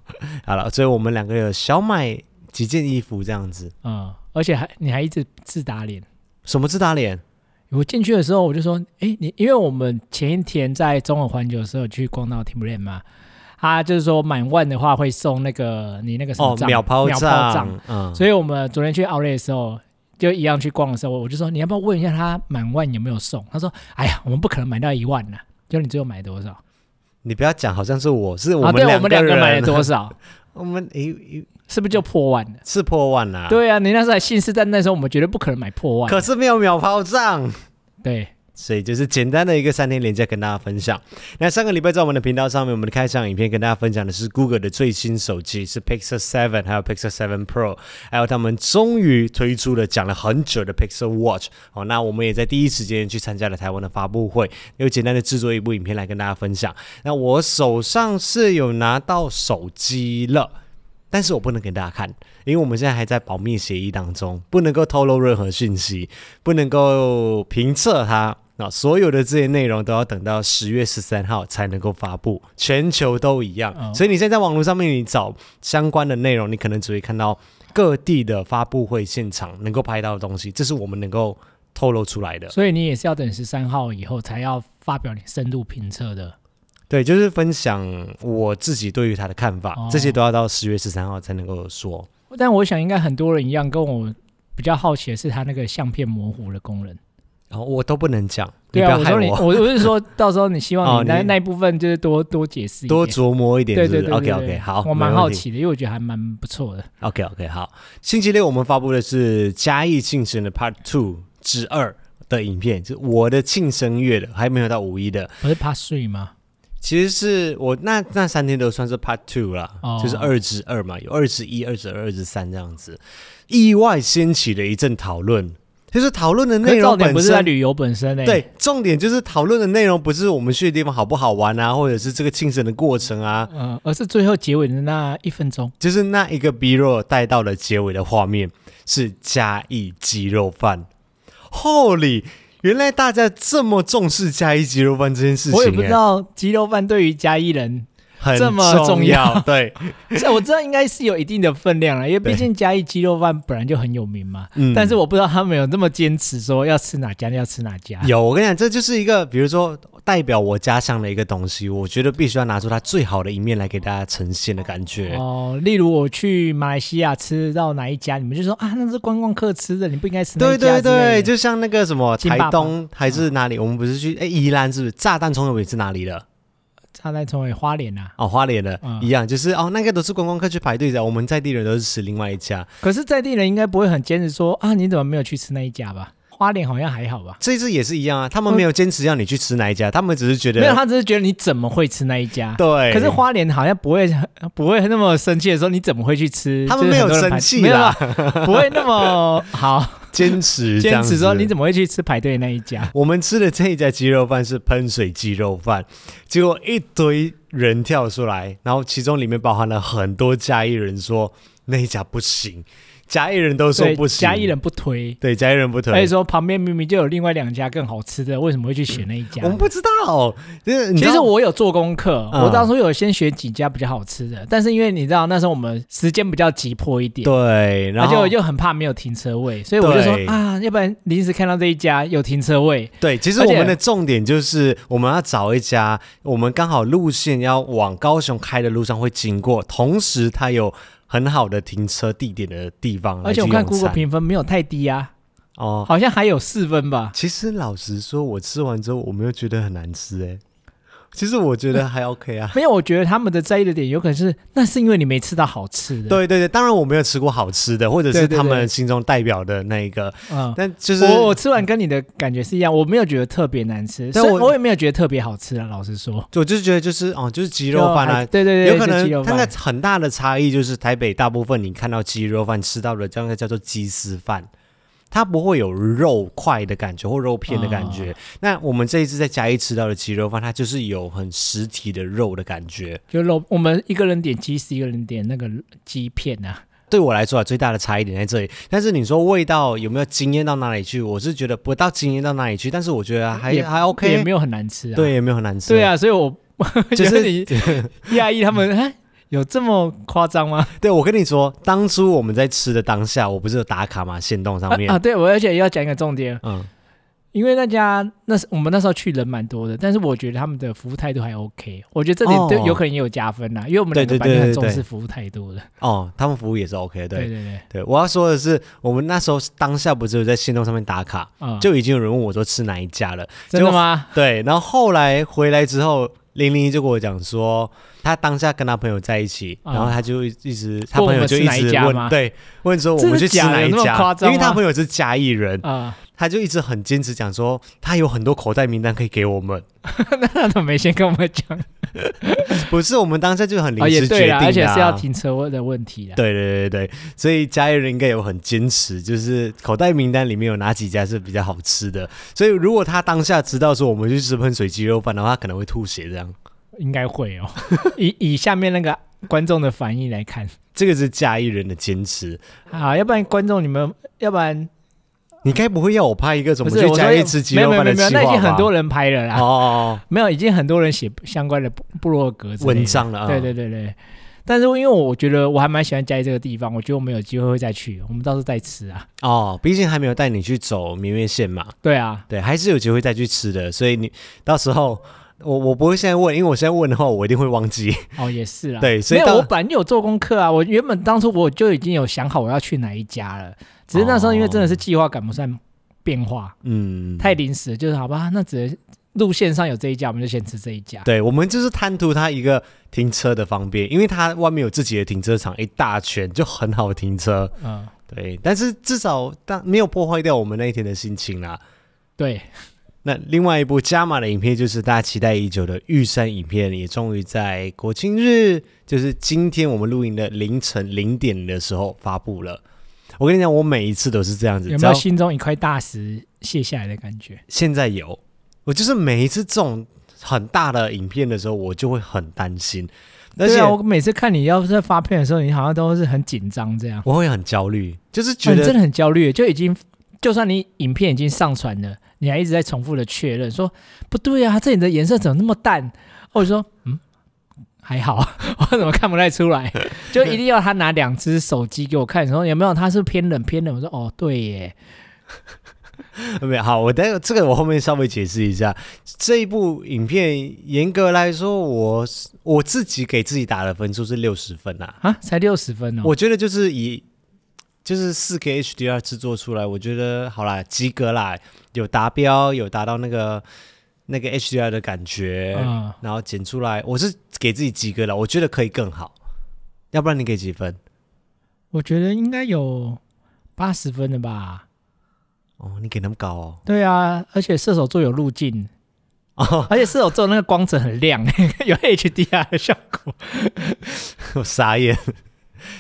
Speaker 1: 好了，所以我们两个有小买几件衣服这样子。
Speaker 2: 嗯，而且还你还一直自打脸。
Speaker 1: 什么自打脸？
Speaker 2: 我进去的时候，我就说：“哎，你因为我们前一天在中文环球的时候去逛到 Timberland 嘛，他就是说满万的话会送那个你那个什么
Speaker 1: 哦，
Speaker 2: 杖、
Speaker 1: 秒抛
Speaker 2: 秒抛杖。，
Speaker 1: 嗯，
Speaker 2: 所以我们昨天去奥莱的时候，就一样去逛的时候，我就说你要不要问一下他满万有没有送？他说：哎呀，我们不可能买到一万呐、就你最后买多少？
Speaker 1: 你不要讲，好像是我是我
Speaker 2: 啊，
Speaker 1: 们
Speaker 2: 对，我们两
Speaker 1: 个
Speaker 2: 个
Speaker 1: 人
Speaker 2: 买了多少？
Speaker 1: 我们一一
Speaker 2: 是不是就破万了？
Speaker 1: 是破万啦、，
Speaker 2: 对啊，你那时候还信誓旦旦说我们绝对不可能买破万。
Speaker 1: 可是没有秒抛账。
Speaker 2: 对，
Speaker 1: 所以就是简单的一个三天连假跟大家分享。那上个礼拜在我们的频道上面，我们的开场影片跟大家分享的是 Google 的最新手机是 Pixel 7，还有 Pixel 7 Pro，还有他们终于推出了讲了很久的 Pixel Watch。哦，那我们也在第一时间去参加了台湾的发布会，有简单的制作一部影片来跟大家分享。那我手上是有拿到手机了。但是我不能给大家看，因为我们现在还在保密协议当中，不能够透露任何讯息。不能够评测它。那所有的这些内容都要等到十月十三号才能够发布，全球都一样。
Speaker 2: 哦
Speaker 1: 所以你现在在网络上面你找相关的内容，你可能只会看到各地的发布会现场能够拍到的东西，这是我们能够透露出来的。
Speaker 2: 所以你也是要等十三号以后才要发表你深度评测的。
Speaker 1: 对，就是分享我自己对于它的看法，
Speaker 2: 哦
Speaker 1: 这些都要到十月十三号才能够说。
Speaker 2: 但我想应该很多人一样，跟我比较好奇的是它那个相片模糊的功能。
Speaker 1: 然后、我都不能讲，你
Speaker 2: 对
Speaker 1: 不
Speaker 2: 啊，
Speaker 1: 要
Speaker 2: 我
Speaker 1: 害
Speaker 2: 说你，我我是说 [LAUGHS] 到时候你希望
Speaker 1: 哦
Speaker 2: 你那、
Speaker 1: 你
Speaker 2: 那一部分就是多多解释一点
Speaker 1: [LAUGHS] 多琢磨一点
Speaker 2: 对
Speaker 1: 是不是
Speaker 2: 对对
Speaker 1: OK
Speaker 2: 对
Speaker 1: OK，
Speaker 2: 对
Speaker 1: 好，
Speaker 2: 我蛮
Speaker 1: 没问
Speaker 2: 好
Speaker 1: 题
Speaker 2: 奇的，因为我觉得还蛮不错的。
Speaker 1: OK OK，好，星期六我们发布的是嘉义庆生的 Part Two 之二的影片，就是我的庆生月的，还没有到五一的，
Speaker 2: 不是 Part Three 吗？
Speaker 1: 其实是我那那三天都算是 Part Two 啦，
Speaker 2: 哦
Speaker 1: 就是二之二嘛，有二十一、二十二、二十三这样子，意外掀起了一阵讨论，就是讨论的
Speaker 2: 可
Speaker 1: 内
Speaker 2: 是
Speaker 1: 容
Speaker 2: 重点
Speaker 1: 本
Speaker 2: 不是在
Speaker 1: 身。
Speaker 2: 旅游本身欸嘞、
Speaker 1: 对，重点就是讨论的内容不是我们去的地方好不好玩啊，或者是这个庆生的过程啊，
Speaker 2: 嗯，而是最后结尾的那一分钟。
Speaker 1: 就是那一个 B roll 带到了结尾的画面是嘉义鸡肉饭，Holy！原来大家这么重视嘉义鸡肉饭这件事情、
Speaker 2: 我也不知
Speaker 1: 哎
Speaker 2: 道鸡肉饭对于嘉义人，
Speaker 1: 很
Speaker 2: 这么重
Speaker 1: 要
Speaker 2: 要。
Speaker 1: 对，
Speaker 2: 是我知道应该是有一定的分量了，啊因为
Speaker 1: 对
Speaker 2: 毕竟嘉义鸡肉饭本来就很有名嘛。
Speaker 1: 嗯
Speaker 2: [LAUGHS] 但是我不知道他们有那么坚持说要吃哪家要吃哪家。
Speaker 1: 有我跟你讲，这就是一个比如说代表我家乡的一个东西，我觉得必须要拿出它最好的一面来给大家呈现的感觉。
Speaker 2: 哦，例如我去马来西亚吃到哪一家，你们就说啊，那是观光客吃的，你不应该吃那
Speaker 1: 对
Speaker 2: 一家
Speaker 1: 对
Speaker 2: 之类的。
Speaker 1: 对，就像那个什么
Speaker 2: 金
Speaker 1: 台
Speaker 2: 爸爸
Speaker 1: 东还是哪里，我们不是去哎宜兰是不是？炸弹葱油饼是哪里的？
Speaker 2: 差在成为花莲啊。
Speaker 1: 哦，花莲的、
Speaker 2: 嗯
Speaker 1: 一样，就是哦，那个都是观光客去排队的，我们在地人都是吃另外一家。
Speaker 2: 可是在地人应该不会很坚持说啊，你怎么没有去吃那一家吧？花莲好像还好吧？
Speaker 1: 这一次也是一样啊，他们没有坚持要你去吃哪一家，他们只是觉得
Speaker 2: 嗯没有，他只是觉得你怎么会吃那一家？
Speaker 1: 对，
Speaker 2: 可是花莲好像不会 [LAUGHS] 不会那么生气的时候，你怎么会去吃？
Speaker 1: 他们
Speaker 2: 就是
Speaker 1: 没有
Speaker 2: 很多人
Speaker 1: 生
Speaker 2: 排
Speaker 1: 气
Speaker 2: 没有
Speaker 1: 啦
Speaker 2: 啦，
Speaker 1: [LAUGHS]
Speaker 2: 不会那么好
Speaker 1: 坚持这
Speaker 2: 坚
Speaker 1: 样
Speaker 2: 持说
Speaker 1: 子
Speaker 2: 你怎么会去吃排队的那一
Speaker 1: [LAUGHS]
Speaker 2: 家？
Speaker 1: 我们吃的这一家鸡肉饭是喷水鸡肉饭，结果一堆人跳出来，然后其中里面包含了很多嘉义人说那一家不行，嘉义人都说
Speaker 2: 对，
Speaker 1: 不行，
Speaker 2: 嘉义人哎不推，
Speaker 1: 对嘉义人不
Speaker 2: 而且
Speaker 1: 推，
Speaker 2: 说旁边明明就有另外两家更好吃的，为什么会去选那一家
Speaker 1: 我？们不知道，就是你
Speaker 2: 啊其
Speaker 1: 知
Speaker 2: 实
Speaker 1: 道
Speaker 2: 我有做功课，
Speaker 1: 嗯
Speaker 2: 我当初有先选几家比较好吃的，但是因为你知道那时候我们时间比较急迫一点，
Speaker 1: 对，然
Speaker 2: 而且
Speaker 1: 后
Speaker 2: 我就很怕没有停车位，所以我就
Speaker 1: 对
Speaker 2: 说啊，要不然临时看到这一家有停车位，
Speaker 1: 对，其实
Speaker 2: 而
Speaker 1: 我
Speaker 2: 且
Speaker 1: 们的重点就是我们要找一家，我们刚好路线要往高雄开的路上会经过，同时它有很好的停车地点的地方来
Speaker 2: 而
Speaker 1: 去
Speaker 2: 且我
Speaker 1: 嗯用餐。
Speaker 2: 看 Google 评分没有太低啊，
Speaker 1: 哦，
Speaker 2: 好像还有四
Speaker 1: [LAUGHS]
Speaker 2: 分吧。
Speaker 1: 其实老实说，我吃完之后我没有觉得很难吃哎、其实我觉得还 OK
Speaker 2: [LAUGHS]
Speaker 1: 啊。
Speaker 2: 没有，我觉得他们的在意的点有可能是，那是因为你没吃到好吃的。，
Speaker 1: 对对对，当然我没有吃过好吃的，或者是
Speaker 2: 对对对
Speaker 1: 他们心中代表的那一个，
Speaker 2: 嗯，
Speaker 1: 但就是
Speaker 2: 我我吃完跟你的感觉是一样，我没有觉得特别难吃，
Speaker 1: 但
Speaker 2: 但我
Speaker 1: 我
Speaker 2: 我也没有觉得特别好吃啊。老实说，
Speaker 1: 我就是觉得就是哦，就是鸡肉饭啊
Speaker 2: 就还，对对对，
Speaker 1: 有可
Speaker 2: 就鸡
Speaker 1: 能
Speaker 2: 肉
Speaker 1: 它那
Speaker 2: 饭。
Speaker 1: 很大的差异就是台北大部分你看到鸡肉饭吃到的这个叫做鸡丝饭，它不会有肉块的感觉或肉片的感觉。
Speaker 2: 哦
Speaker 1: 那我们这一次在嘉义吃到的鸡肉饭，它就是有很实体的肉的感觉。
Speaker 2: 就肉，我们一个人点鸡丝，一个人点那个鸡片啊。
Speaker 1: 对我来说啊，最大的差异点在这里。但是你说味道有没有惊艳到哪里去？我是觉得不到惊艳到哪里去，但是我觉得还
Speaker 2: 也
Speaker 1: 还
Speaker 2: 也
Speaker 1: OK，
Speaker 2: 没有很难吃啊。
Speaker 1: 对，也没有很难吃。
Speaker 2: 对，啊，所以我
Speaker 1: 就
Speaker 2: [LAUGHS] 就是是你 [LAUGHS] 讶异他们，哎，有这么夸张吗？
Speaker 1: 对我跟你说，当初
Speaker 2: [LAUGHS]
Speaker 1: 我们在吃的当下，我不是有打卡嘛，线动上面。
Speaker 2: 啊啊，啊对，我而且要讲一个重点，
Speaker 1: 嗯，
Speaker 2: 因为那家那是我们那时候去人蛮多的，但是我觉得他们的服务态度还 OK，我觉得这点对
Speaker 1: 哦
Speaker 2: 有可能也有加分啊啦，因为我们两
Speaker 1: 对对
Speaker 2: 个白天
Speaker 1: 对
Speaker 2: 很
Speaker 1: 对
Speaker 2: 重
Speaker 1: 对
Speaker 2: 视服务态度的。
Speaker 1: 哦，他们服务也是 OK 的，
Speaker 2: 对
Speaker 1: 对
Speaker 2: 对对，
Speaker 1: 对。我要说的是，我们那时候当下不是有在行动上面打卡，
Speaker 2: 啊，
Speaker 1: 就已经有人问我说吃哪一家了，
Speaker 2: 真的吗？
Speaker 1: [LAUGHS] 对，然后后来回来之后，零零一就跟我讲说，他当下跟他朋友在一起，
Speaker 2: 啊
Speaker 1: 然后他就一一直他
Speaker 2: 问我
Speaker 1: 朋友
Speaker 2: 们
Speaker 1: 就
Speaker 2: 吃
Speaker 1: 一
Speaker 2: 哪一
Speaker 1: 直
Speaker 2: 家
Speaker 1: 问，
Speaker 2: 吗
Speaker 1: 对，问说我
Speaker 2: 真
Speaker 1: 们
Speaker 2: 的
Speaker 1: 去吃
Speaker 2: 假的
Speaker 1: 哪一
Speaker 2: 有那么
Speaker 1: 家
Speaker 2: 夸，
Speaker 1: 因
Speaker 2: 张
Speaker 1: 为他
Speaker 2: 吗
Speaker 1: 朋友是嘉义
Speaker 2: [LAUGHS]
Speaker 1: 人，
Speaker 2: 啊，
Speaker 1: 他就一直很坚持讲说，他有很多口袋名单可以给我们，
Speaker 2: 那他没先跟我们讲
Speaker 1: 不是我们当下就很临
Speaker 2: 啊，也
Speaker 1: 时决
Speaker 2: 对
Speaker 1: 定的、
Speaker 2: 啦，而且是要。停车位的问题啦。
Speaker 1: 对对对对对，所以嘉义人应该有很坚持，就是口袋名单里面有哪几家是比较好吃的。所以如果他当下知道说我们去吃喷水鸡肉饭的话，他可能会吐血这样。
Speaker 2: 应该会哦。 [LAUGHS] 以以下面那个观众的反应来看，
Speaker 1: 这个是嘉义人的坚持。
Speaker 2: 啊，要不然观众你们，要不然
Speaker 1: 你该不会要我拍一个怎
Speaker 2: 不
Speaker 1: 么
Speaker 2: 是
Speaker 1: 去
Speaker 2: 我
Speaker 1: 嘉义
Speaker 2: 说
Speaker 1: 吃鸡
Speaker 2: 没有
Speaker 1: 肉
Speaker 2: 没
Speaker 1: 饭
Speaker 2: 有没
Speaker 1: 的
Speaker 2: 有没
Speaker 1: 计
Speaker 2: 有，
Speaker 1: 划
Speaker 2: 那已经很多
Speaker 1: 人
Speaker 2: 人拍了啦，
Speaker 1: 哦，
Speaker 2: 没有已经很多人写相关的部部落格之类的
Speaker 1: 文章了啊
Speaker 2: 对对对对。但是因为我觉得我还蛮喜欢嘉义这个地方，我觉得我们有机会会再去，我们到时候再吃啊。
Speaker 1: 哦，毕竟还没有带你去走明月线嘛，
Speaker 2: 对啊，
Speaker 1: 对，还是有机会再去吃的。所以你到时候，我我不会现在问，因为我现在问的话，我一定会忘
Speaker 2: [LAUGHS]
Speaker 1: 记。
Speaker 2: 哦也是啦。
Speaker 1: 对所以
Speaker 2: 没有
Speaker 1: 到
Speaker 2: 我本来就有做功课啊，我原本当初我就已经有想好我要去哪一家了，只是那时候因为真
Speaker 1: 哦
Speaker 2: 的是计划赶不上变化，
Speaker 1: 嗯，
Speaker 2: 太临时了，就是好吧，那只能路线上有这一家，我们就先吃这一家。
Speaker 1: 对，我们就是贪图它一个停车的方便，因为它外面有自己的停车场一大圈，就很好停车。
Speaker 2: 嗯，
Speaker 1: 对，但是至少当没有破坏掉我们那一天的心情啦。
Speaker 2: 对，
Speaker 1: 那另外一部加码的影片就是大家期待已久的玉山影片，也终于在国庆日，就是今天我们录音的凌晨零点的时候发布了。我跟你讲，我每一次都是这样子，
Speaker 2: 有
Speaker 1: 只
Speaker 2: 没有
Speaker 1: 要
Speaker 2: 心中一块大石卸下来的感觉？
Speaker 1: 现在有，我就是每一次这种很大的影片的时候，我就会很担心，而
Speaker 2: 对
Speaker 1: 且
Speaker 2: 啊，我每次看你要是发片的时候，你好像都是很紧张这样，
Speaker 1: 我会很焦虑，就是
Speaker 2: 哦
Speaker 1: 觉
Speaker 2: 你真
Speaker 1: 得
Speaker 2: 的很焦虑，就已经就算你影片已经上传了，你还一直在重复的确认说不对啊，这里的颜色怎么那么淡？或者说嗯。还好， [LAUGHS] 我怎么看不太出
Speaker 1: [LAUGHS]
Speaker 2: 来？就一定要他拿两只手机给我看，说有没有他是偏冷偏冷？我说哦，对耶，
Speaker 1: 没有好，我待会这个我后面稍微解释一下。这一部影片严格来说，我我自己给自己打的分数是六十分啊。
Speaker 2: 啊，才六十分哦。
Speaker 1: 我觉得就是以就是四 K HDR 制作出来，我觉得好啦，及格啦，有达标，有达到那个那个 HDR 的感觉，
Speaker 2: 嗯，
Speaker 1: 然后剪出来，我是给自己及格了，我觉得可以更好。要不然你给几分？
Speaker 2: 我觉得应该有八十分的吧。
Speaker 1: 哦，你给那么高哦。 [LAUGHS]
Speaker 2: 对啊，而且射手座有路径，
Speaker 1: 哦，
Speaker 2: 而且射手座那个光泽很亮， [LAUGHS] 有 HDR 的效果。
Speaker 1: 我傻眼。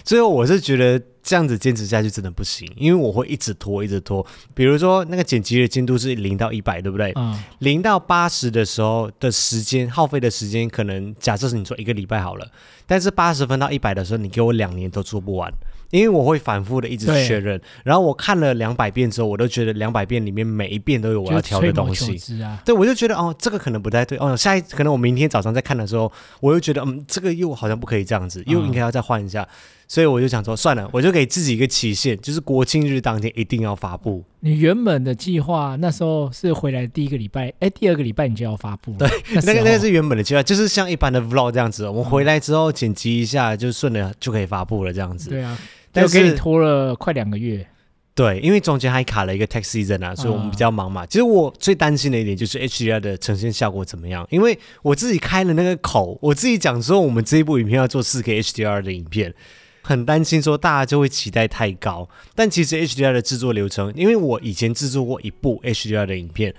Speaker 1: 最后我是觉得这样子坚持下去真的不行，因为我会一直拖，一直拖。比如说那个剪辑的进度是零到一百，对不对？
Speaker 2: 嗯，
Speaker 1: 零到八十的时候的时间耗费的时间，可能假设是你说一个礼拜好了，但是八十分到一百的时候，你给我两年都做不完，因为我会反复的一直
Speaker 2: 对
Speaker 1: 确认，然后我看了两百遍之后，我都觉得两百遍里面每一遍都有我
Speaker 2: 就
Speaker 1: 要
Speaker 2: 是
Speaker 1: 调的
Speaker 2: 吹毛
Speaker 1: 东
Speaker 2: 求
Speaker 1: 西。
Speaker 2: 疵啊。
Speaker 1: 对，我就觉得哦，这个可能不太对哦。下一可能我明天早上再看的时候，我又觉得嗯，这个又好像不可以这样子，又应该要再换一下。所以我就想说，算了，我就给自己一个期限，就是国庆日当天一定要发布。
Speaker 2: 你原本的计划那时候是回来第一个礼拜，哎，第二个礼拜你就要发布了。对，
Speaker 1: 那个
Speaker 2: 那时
Speaker 1: 那个
Speaker 2: 候嗯
Speaker 1: 是原本的计划，就是像一般的 vlog 这样子，我们回来之后剪辑一下，就顺了就可以发布了这样子。
Speaker 2: 对啊，
Speaker 1: 但
Speaker 2: 就是给你拖了快两个月。
Speaker 1: 对，因为中间还卡了一个 tax season 啊，所以我们比较忙嘛。其实我最担心的一点就是 HDR 的呈现效果怎么样，因为我自己开了那个口，我自己讲说我们这一部影片要做 4K HDR 的影片，很担心说大家就会期待太高。但其实 HDR 的制作流程，因为我以前制作过一部 HDR 的影片。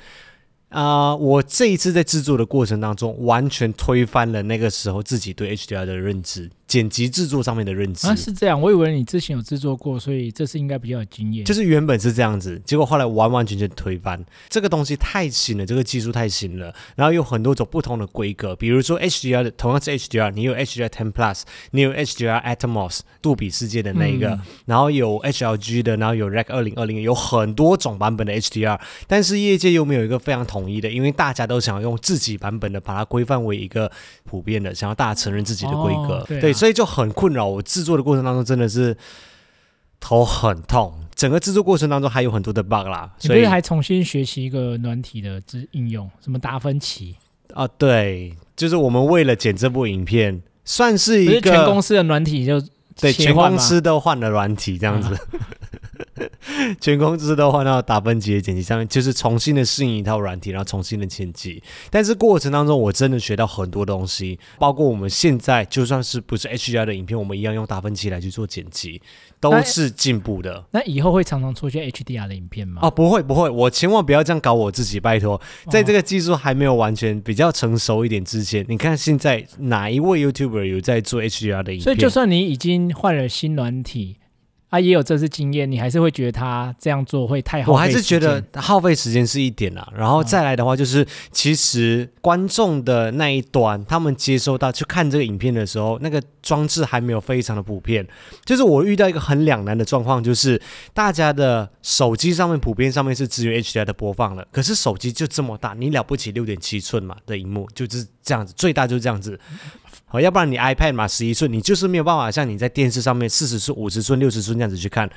Speaker 1: 啊、我这一次在制作的过程当中，完全推翻了那个时候自己对 HDR 的认知，剪辑制作上面的认知
Speaker 2: 啊，是这样，我以为你之前有制作过，所以这次应该比较有经验。
Speaker 1: 就是是原本是这样子，结果后来完完全全推翻。这个东西太新了，这个技术太新了，然后有很多种不同的规格，比如说 HDR 的同样是 HDR，你有 HDR Ten Plus，你有 HDR Atmos 杜比世界的那一
Speaker 2: 嗯
Speaker 1: 个，然后有 HLG 的，然后有 Rec 二零二零，有很多种版本的 HDR，但是业界又没有一个非常统一的，因为大家都想用自己版本的把它规范为一个普遍的，想要大家承认自己的规格，
Speaker 2: 哦对啊
Speaker 1: 所以就很困扰。我制作的过程当中真的是头很痛，整个制作过程当中还有很多的 bug 啦，
Speaker 2: 你
Speaker 1: 所
Speaker 2: 不
Speaker 1: 以
Speaker 2: 是还重新学习一个软体的之应用，什么达芬奇？
Speaker 1: 啊，对，就是我们为了剪这部影片，算是
Speaker 2: 不
Speaker 1: 一
Speaker 2: 是全
Speaker 1: 个
Speaker 2: 公司的软体就
Speaker 1: 对
Speaker 2: 切
Speaker 1: 全
Speaker 2: 换
Speaker 1: 公
Speaker 2: 吗嗯
Speaker 1: 司都换了软体这样子， [LAUGHS] 全公司都换到达芬奇的剪辑上面，就是重新的适应一套软体，然后重新的剪辑。但是过程当中，我真的学到很多东西，包括我们现在就算是不是 HDR 的影片，我们一样用达芬奇来去做剪辑，都
Speaker 2: 但
Speaker 1: 是进步的。
Speaker 2: 那以后会常常出现 HDR 的影片吗？哦
Speaker 1: 哦，不会不会，我千万不要这样搞我自己，拜托。在这个技术还没有完全比较成熟一点之前，你看现在哪一位 YouTuber 有在做 HDR 的影片？
Speaker 2: 所以就算你已经换了新软体，啊，也有这次经验，你还是会觉得他这样做会太耗费
Speaker 1: 我还是觉
Speaker 2: 时间
Speaker 1: 得耗费时间是一点啦，然后再来的话就是，其实观众的那一端，他们接收到去看这个影片的时候，那个装置还没有非常的普遍。就是我遇到一个很两难的状况，就是大家的手机上面普遍上面是支援 HDR 的播放了，可是手机就这么大，你了不起六点七寸嘛的荧幕就是这样子，最大就是这样子。好，要不然你 iPad 嘛，十一寸，你就是没有办法像你在电视上面四十寸、五十寸、六十寸这样子去看。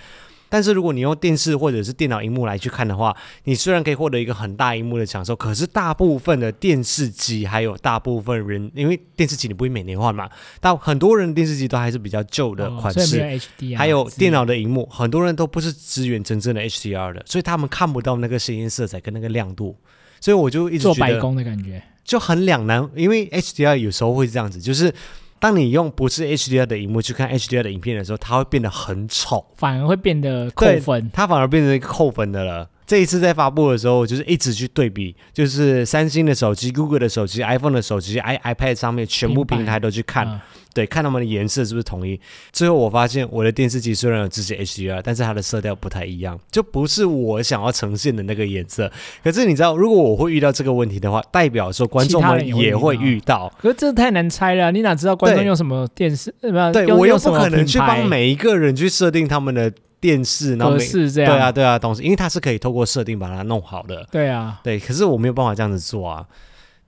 Speaker 1: 但是如果你用电视或者是电脑荧幕来去看的话，你虽然可以获得一个很大荧幕的享受，可是大部分的电视机还有大部分人，因为电视机你不会每年换嘛，但很多人的电视机都还是比较旧的
Speaker 2: 哦
Speaker 1: 款
Speaker 2: 所以
Speaker 1: 式，
Speaker 2: 没有 HDR，
Speaker 1: 还有
Speaker 2: 之类
Speaker 1: 电脑的荧幕，很多人都不是支援真正的 HDR 的，所以他们看不到那个鲜艳色彩跟那个亮度，所以我就一直
Speaker 2: 做
Speaker 1: 觉
Speaker 2: 白
Speaker 1: 得
Speaker 2: 工的感觉。
Speaker 1: 就很两难，因为 HDR 有时候会这样子，就是当你用不是 HDR 的荧幕去看 HDR 的影片的时候，它会变得很丑，
Speaker 2: 反而会变得扣
Speaker 1: 对
Speaker 2: 分，啊
Speaker 1: 它反而变成一个扣分的了。这一次在发布的时候，我就是一直去对比，就是三星的手机、Google 的手机、iPhone 的手机、i iPad 上面全部
Speaker 2: 平板
Speaker 1: 平台都去看，
Speaker 2: 嗯
Speaker 1: 对，看他们的颜色是不是统一。最后我发现我的电视机虽然有支持 HDR，但是它的色调不太一样，就不是我想要呈现的那个颜色。可是你知道，如果我会遇到这个问题的话，代表说观众
Speaker 2: 其他
Speaker 1: 们
Speaker 2: 人也会遇
Speaker 1: 也
Speaker 2: 到
Speaker 1: 会遇到。
Speaker 2: 可是这太难猜了啊，你哪知道观众
Speaker 1: 对
Speaker 2: 用什么电视？呃不
Speaker 1: 对
Speaker 2: 用
Speaker 1: 我又
Speaker 2: 用什
Speaker 1: 不
Speaker 2: 么
Speaker 1: 可能
Speaker 2: 品
Speaker 1: 去
Speaker 2: 牌
Speaker 1: 帮每一个人去设定他们的电视，然后
Speaker 2: 格
Speaker 1: 每
Speaker 2: 式这
Speaker 1: 对
Speaker 2: 样。
Speaker 1: 啊，对啊，东西，因为它是可以透过设定把它弄好的。
Speaker 2: 对啊，
Speaker 1: 对，可是我没有办法这样子做啊。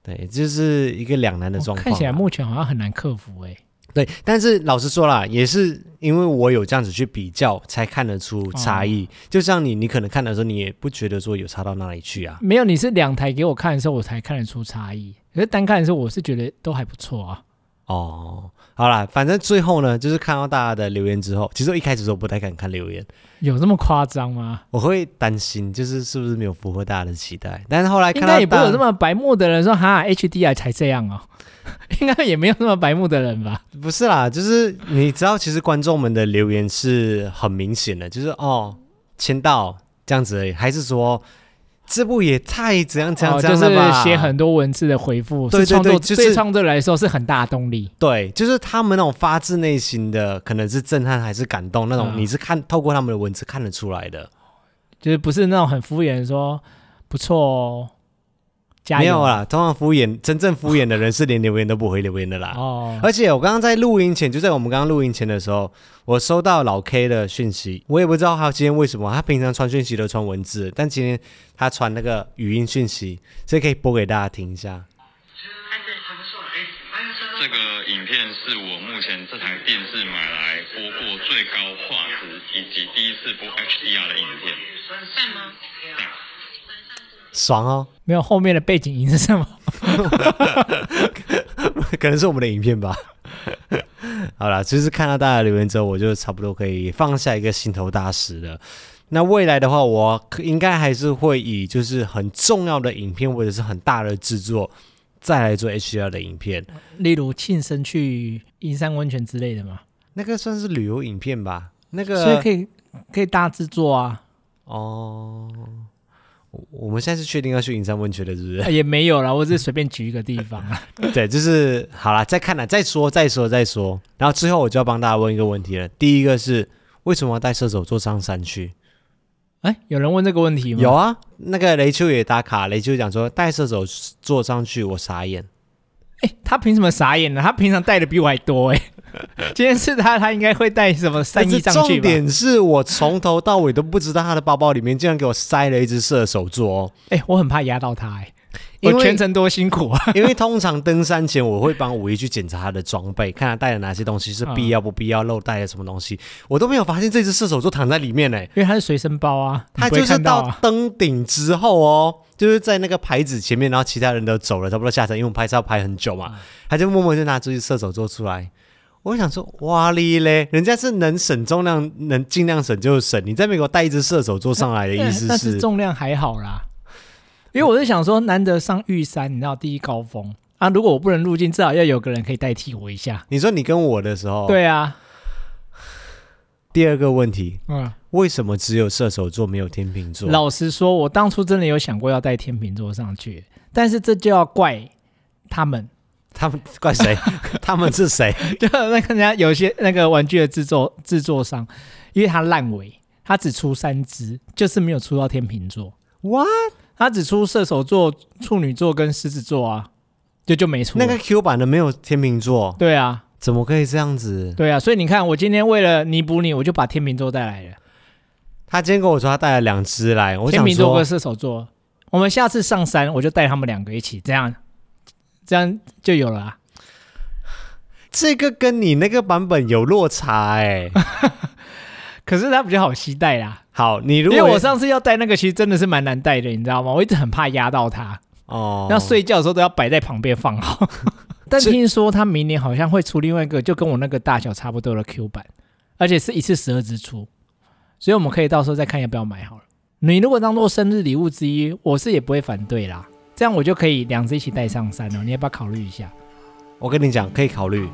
Speaker 1: 对，就是一个两难的
Speaker 2: 哦
Speaker 1: 状况啊、
Speaker 2: 看起来目前好像很难克服哎、
Speaker 1: 对，但是老实说啦，也是因为我有这样子去比较，才看得出差异。
Speaker 2: 哦
Speaker 1: 就像你，你可能看的时候，你也不觉得说有差到哪里去啊。
Speaker 2: 没有，你是两台给我看的时候，我才看得出差异。可是单看的时候，我是觉得都还不错啊。
Speaker 1: 哦，好啦，反正最后呢，就是看到大家的留言之后，其实我一开始的时候不太敢看留言，
Speaker 2: 有这么夸张吗？
Speaker 1: 我会担心就是是不是没有符合大家的期待。但是后来
Speaker 2: 应
Speaker 1: 看到
Speaker 2: 该也不会
Speaker 1: 大
Speaker 2: 有这么白目的人说哈 HDR 才这样哦， [LAUGHS] 应该也没有那么白目的人吧？
Speaker 1: 不是啦，就是你知道，其实观众们的留言是很明显的，就是哦，签到这样子而已，还是说这部也太怎样怎样
Speaker 2: 哦
Speaker 1: 怎
Speaker 2: 就
Speaker 1: 样了吧？
Speaker 2: 是写很多文字的回复，
Speaker 1: 对
Speaker 2: 是
Speaker 1: 对
Speaker 2: 创作
Speaker 1: 对就是
Speaker 2: 对创作者来说是很大的动力。
Speaker 1: 对，就是他们那种发自内心的，可能是震撼还是感动那种，
Speaker 2: 嗯
Speaker 1: 你是看透过他们的文字看得出来的。
Speaker 2: 就是不是那种很敷衍的说不错哦，加
Speaker 1: 没
Speaker 2: 油
Speaker 1: 有啦，通常敷衍，真正敷衍的人是连留言都不回留言的啦。
Speaker 2: 哦，
Speaker 1: 而且我刚刚在录音前，就在我们刚刚录音前的时候，我收到老 K 的讯息，我也不知道他今天为什么，他平常传讯息都传文字，但今天他传那个语音讯息，所以可以播给大家听一下。
Speaker 3: 这个影片是我目前这台电视买来播过最高画质以及第一次播 HDR 的影片。
Speaker 4: 赞吗？
Speaker 1: 爽哦，
Speaker 2: 没有后面的背景音是什么？
Speaker 1: [LAUGHS] 可能是我们的影片吧。好啦，就是看到大家的留言之后，我就差不多可以放下一个心头大石了。那未来的话，我可应该还是会以就是很重要的影片或者是很大的制作，再来做 HDR 的影片。
Speaker 2: [LAUGHS] 例如庆生去银山温泉之类的嘛，
Speaker 1: 那个算是旅游影片吧？那个
Speaker 2: 所以可以可以大制作啊，
Speaker 1: 哦。我我们现在是确定要去银山温泉的，是不
Speaker 2: 啊
Speaker 1: 是？
Speaker 2: 也没有啦，我只是随便举一个地方
Speaker 1: [LAUGHS]
Speaker 2: 啊。
Speaker 1: 对，就是好啦，再看啦，再说，再说，再说。然后最后我就要帮大家问一个问题了。第一个是为什么要带射手座上山去？
Speaker 2: 哎、有人问这个问题吗？
Speaker 1: 有啊，那个雷秋也打卡，雷秋讲说带射手座上去，我傻眼。
Speaker 2: 哎、他凭什么傻眼呢？他平常带的比我还
Speaker 1: [LAUGHS]
Speaker 2: 多哎、今天是他，他应该会带什么三
Speaker 1: 但
Speaker 2: 一
Speaker 1: 是
Speaker 2: 上去
Speaker 1: 重
Speaker 2: 吧？
Speaker 1: 点是我从头到尾都不知道他的包包里面竟然给我塞了一只射手座、哦。 [LAUGHS]
Speaker 2: 哎、我很怕压到他哎、
Speaker 1: 因
Speaker 2: 我
Speaker 1: 为
Speaker 2: 全程多辛苦
Speaker 1: [LAUGHS]
Speaker 2: 啊！
Speaker 1: 因为通常登山前，我会帮五一去检查他的装备，看他带了哪些东西
Speaker 2: 嗯
Speaker 1: 是必要不必要，漏带了什么东西，我都没有发现这只射手座躺在里面呢、欸
Speaker 2: 因为它是随身包啊，你
Speaker 1: 他
Speaker 2: 不会
Speaker 1: 就是
Speaker 2: 看到
Speaker 1: 到
Speaker 2: 啊。
Speaker 1: 登顶之后哦，就是在那个牌子前面，然后其他人都走了，差不多下车，因为我们拍照拍很久
Speaker 2: 嗯
Speaker 1: 嘛，他就默默就拿出去射手座出来。我想说，哇哩嘞，人家是能省重量，能尽量省就省。你在美国带一只射手座上来 [LAUGHS] 的意思
Speaker 2: 哎但
Speaker 1: 是，
Speaker 2: 重量还好啦，因为我是想说，难得上玉山，你知道第一高峰啊，如果我不能入境，至少要有个人可以代替我一下。
Speaker 1: 你说你跟我的时候，。
Speaker 2: 对啊，
Speaker 1: 第二个问题，
Speaker 2: 嗯，
Speaker 1: 为什么只有射手座没有天秤座？
Speaker 2: 老实说，我当初真的有想过要带天秤座上去，但是这就要怪他们， [LAUGHS]
Speaker 1: 他们怪谁？他们是谁？
Speaker 2: 就那个人家有些那个玩具的制作制作商，因为它烂尾，它只出三只，就是没有出到天秤座，
Speaker 1: 哇，
Speaker 2: 它只出射手座、处女座跟狮子座啊，就就没出
Speaker 1: 那个
Speaker 2: 了
Speaker 1: Q 版的没有天秤座，
Speaker 2: 对啊，
Speaker 1: 怎么可以这样子？
Speaker 2: 对啊，所以你看，我今天为了弥补你，我就把天秤座带来了。
Speaker 1: 他今天跟我说他带了两只来，我
Speaker 2: 天
Speaker 1: 想
Speaker 2: 秤座
Speaker 1: 说
Speaker 2: 跟射手座，我们下次上山我就带他们两个一起，这样这样就有了、啊。
Speaker 1: 这个跟你那个版本有落差
Speaker 2: [LAUGHS]
Speaker 1: 哎、
Speaker 2: 可是它比较好携带啦，
Speaker 1: 好，你
Speaker 2: 因
Speaker 1: 如
Speaker 2: 为
Speaker 1: 果
Speaker 2: 我上次要带那个，其实真的是蛮难带的，你知道吗？我一直很怕压到它，
Speaker 1: 哦，
Speaker 2: 那睡觉的时候都要摆在旁边
Speaker 1: [LAUGHS]
Speaker 2: 放好。但
Speaker 1: 所以
Speaker 2: 听说他明年好像会出另外一个，就跟我那个大小差不多的 Q 版，而且是一次十二支出，所以我们可以到时候再看要不要买好了。你如果当做生日礼物之一，我是也不会反对啦。这样我就可以两只一起带上山了，你要不要考虑一下？
Speaker 1: 我跟你讲，可以考虑，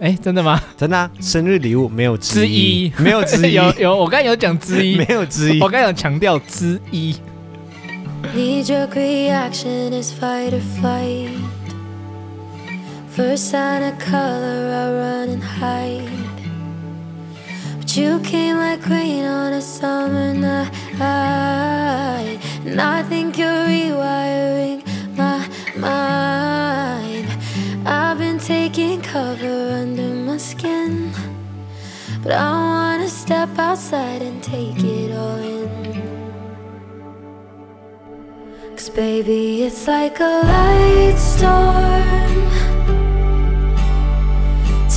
Speaker 2: 哎，真的吗？
Speaker 1: 真的啊、生日礼物没有之一，[LAUGHS]
Speaker 2: 之
Speaker 1: 没有之一，
Speaker 2: [LAUGHS] 有有，我刚才有讲之一
Speaker 1: 没，有之一
Speaker 2: [LAUGHS] 我。刚才有强调之一。
Speaker 4: Knee jerk reaction is fight or flight. First sign of color, I run and hide. But you came like rain on a summer night. And I think you're rewiring my mind. I've been taking cover under my skin. But I wanna step outside and take it all in. Cause baby, it's like a light storm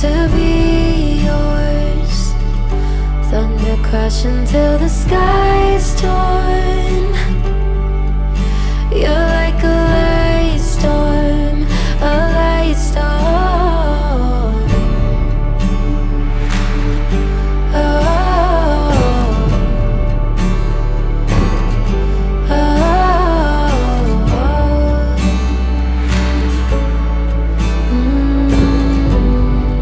Speaker 4: to be yours. Thunder crashing till the sky's torn. You're like a light storm, a light storm. Oh. Oh,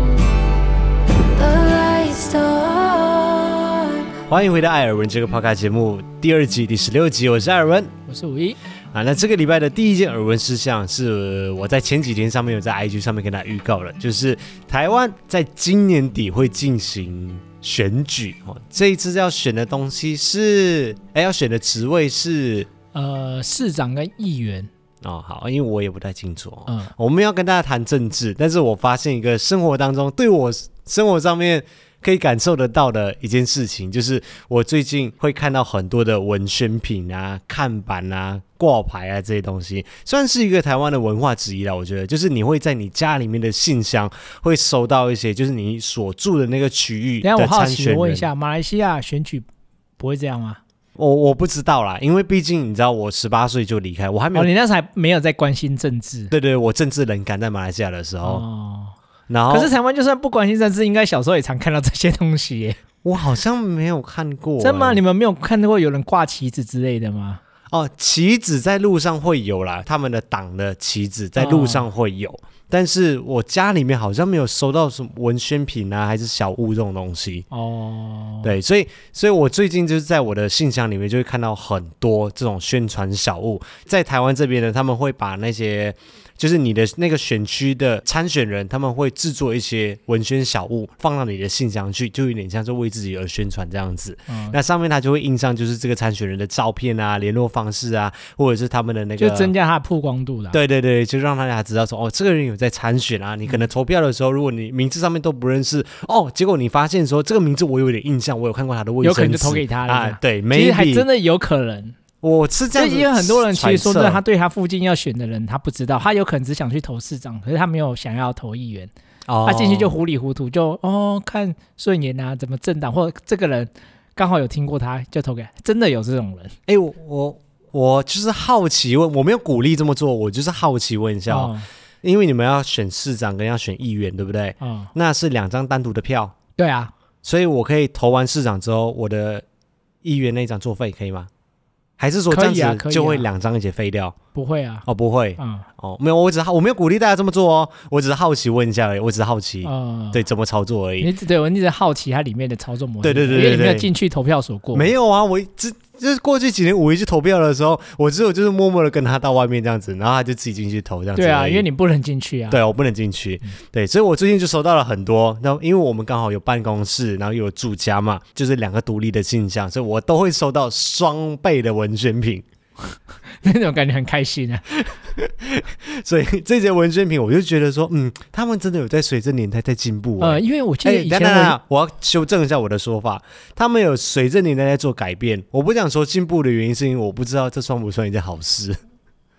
Speaker 4: mm, a light storm.
Speaker 1: 欢迎回到艾尔文这个 podcast 节目第二季第十六集，我是艾尔文。
Speaker 2: 我是五一，
Speaker 1: 啊，那这个礼拜的第一件耳闻事项是呃我在前几天上面有在 IG 上面跟大家预告了，就是台湾在今年底会进行选举哦，这一次要选的东西是，哎，要选的职位是，
Speaker 2: 呃，市长跟议员，
Speaker 1: 哦，好，因为我也不太清楚哦。
Speaker 2: 嗯
Speaker 1: 我们要跟大家谈政治，但是我发现一个生活当中对我生活上面可以感受得到的一件事情，就是我最近会看到很多的文宣品啊、看板啊、挂牌啊这些东西，算是一个台湾的文化之一啦。我觉得，就是你会在你家里面的信箱会收到一些，就是你所住的那个区域
Speaker 2: 等一下我
Speaker 1: 的
Speaker 2: 好
Speaker 1: 参
Speaker 2: 奇
Speaker 1: 选
Speaker 2: 问一
Speaker 1: 人。
Speaker 2: 下，马来西亚选举不会这样吗？
Speaker 1: 我我不知道啦，因为毕竟你知道，我十八岁就离开，我还没有。
Speaker 2: 哦，你那时候还没有在关心政治。
Speaker 1: 对对，我政治冷感在马来西亚的时候，
Speaker 2: 哦，
Speaker 1: 然后
Speaker 2: 可是台湾就算不关心政治，应该小时候也常看到这些东
Speaker 1: [LAUGHS]
Speaker 2: 西耶。
Speaker 1: 我好像没有看过、
Speaker 2: 真吗？
Speaker 1: 欸
Speaker 2: 你们没有看过有人挂旗子之类的吗？
Speaker 1: 哦，旗子在路上会有啦，他们的党的旗子在路上会有，
Speaker 2: 哦
Speaker 1: 但是我家里面好像没有收到什么文宣品啊，还是小物这种东西。
Speaker 2: 哦，
Speaker 1: 对，所以，所以我最近就是在我的信箱里面就会看到很多这种宣传小物。在台湾这边呢，他们会把那些就是你的那个选区的参选人，他们会制作一些文宣小物放到你的信箱去，就有点像是为自己而宣传这样子。
Speaker 2: 嗯
Speaker 1: 那上面它就会印上就是这个参选人的照片啊、联络方式啊，或者是他们的那个
Speaker 2: 就增加它的曝光度啦。，
Speaker 1: 对对对，就让大家知道说，哦，这个人有在参选啊。你可
Speaker 2: 嗯
Speaker 1: 能投票的时候，如果你名字上面都不认识，哦，结果你发现说这个名字我有点印象，我有看过他的卫生
Speaker 2: 有
Speaker 1: 纸，
Speaker 2: 可能就投给他了这
Speaker 1: 啊
Speaker 2: 样。
Speaker 1: 对
Speaker 2: 其实还
Speaker 1: ，maybe
Speaker 2: 真的有可能。
Speaker 1: 我是这样子揣
Speaker 2: 所以
Speaker 1: 测，
Speaker 2: 也有很多人其实说真的，他对他附近要选的人他不知道，他有可能只想去投市长，可是他没有想要投议员，
Speaker 1: 哦
Speaker 2: 他进去就糊里糊涂就哦看顺眼啊，怎么政党或者这个人刚好有听过他就投给他，真的有这种人。
Speaker 1: 哎、我我我就是好奇问，我没有鼓励这么做，我就是好奇问一下、哦，
Speaker 2: 哦
Speaker 1: 因为你们要选市长跟要选议员，对不对？
Speaker 2: 哦，
Speaker 1: 那是两张单独的票，
Speaker 2: 对啊，
Speaker 1: 所以我可以投完市长之后，我的议员那一张作废可以吗？还是说这
Speaker 2: 可以啊
Speaker 1: 样子
Speaker 2: 可以
Speaker 1: 就会
Speaker 2: 啊
Speaker 1: 两张一起废掉？
Speaker 2: 不会啊，
Speaker 1: 哦，不会
Speaker 2: 嗯
Speaker 1: 哦，没有，我只是好我没有鼓励大家这么做哦，我只是好奇问一下而已，我只是好奇、
Speaker 2: 嗯，
Speaker 1: 对怎么操作而已。
Speaker 2: 你只对我一直好奇它里面的操作模式，
Speaker 1: 对对对
Speaker 2: 因为你
Speaker 1: 对
Speaker 2: 没有
Speaker 1: 对
Speaker 2: 进去投票所过，
Speaker 1: 没有啊，我这就是过去几年五一去投票的时候，我只有就是默默的跟他到外面这样子，然后他就自己进去投这样子而已。
Speaker 2: 对啊，因为你不能进去啊，
Speaker 1: 对我不能进去，对，所以我最近就收到了很多。那因为我们刚好有办公室，然后又有住家嘛，就是两个独立的信箱，所以我都会收到双倍的文宣品。
Speaker 2: [LAUGHS]
Speaker 1: [LAUGHS]
Speaker 2: 那种感觉很开心啊，
Speaker 1: 所以这些文宣品，我就觉得说，嗯，他们真的有在随着年代在进步、欸。
Speaker 2: 呃，因为我记
Speaker 1: 哎、
Speaker 2: 得以前
Speaker 1: 等等等
Speaker 2: 我
Speaker 1: 等，我要修正一下我的说法。他们有随着年代在做改变，我不想说进步的原因，是因为我不知道这算不算一件好事，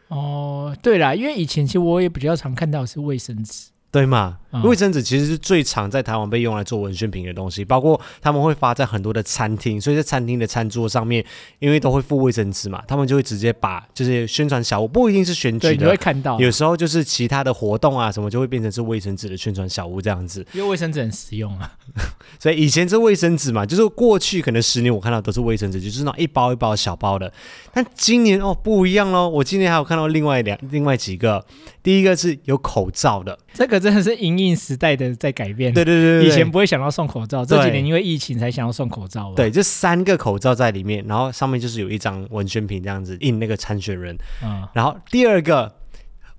Speaker 2: 哦，对啦，因为以前其实我也比较常看到的是卫生纸，
Speaker 1: 对吗？
Speaker 2: 嗯
Speaker 1: 卫生纸其实是最常在台湾被用来做文宣品的东西，包括他们会发在很多的餐厅，所以在餐厅的餐桌上面，因为都会附卫生纸嘛，他们就会直接把就是宣传小物，不一定是选举
Speaker 2: 对，你会
Speaker 1: 的。
Speaker 2: 看到，
Speaker 1: 有时候就是其他的活动啊，什么就会变成是卫生纸的宣传小物这样子，
Speaker 2: 因为卫生纸很实用啊， [LAUGHS]
Speaker 1: 所以以前是卫生纸嘛，就是过去可能十年我看到都是卫生纸，就是那种一包一包小包的。但今年哦不一样喽，我今年还有看到另外两另外几个，第一个是有口罩的，
Speaker 2: 这个真的是因应时代的在改变，
Speaker 1: 对对对对对，
Speaker 2: 以前不会想到送口罩，这几
Speaker 1: 对
Speaker 2: 年因为疫情才想要送口罩吧，
Speaker 1: 对，就三个口罩在里面，然后上面就是有一张文宣品这样子印那个参选人，
Speaker 2: 啊，
Speaker 1: 然后第二个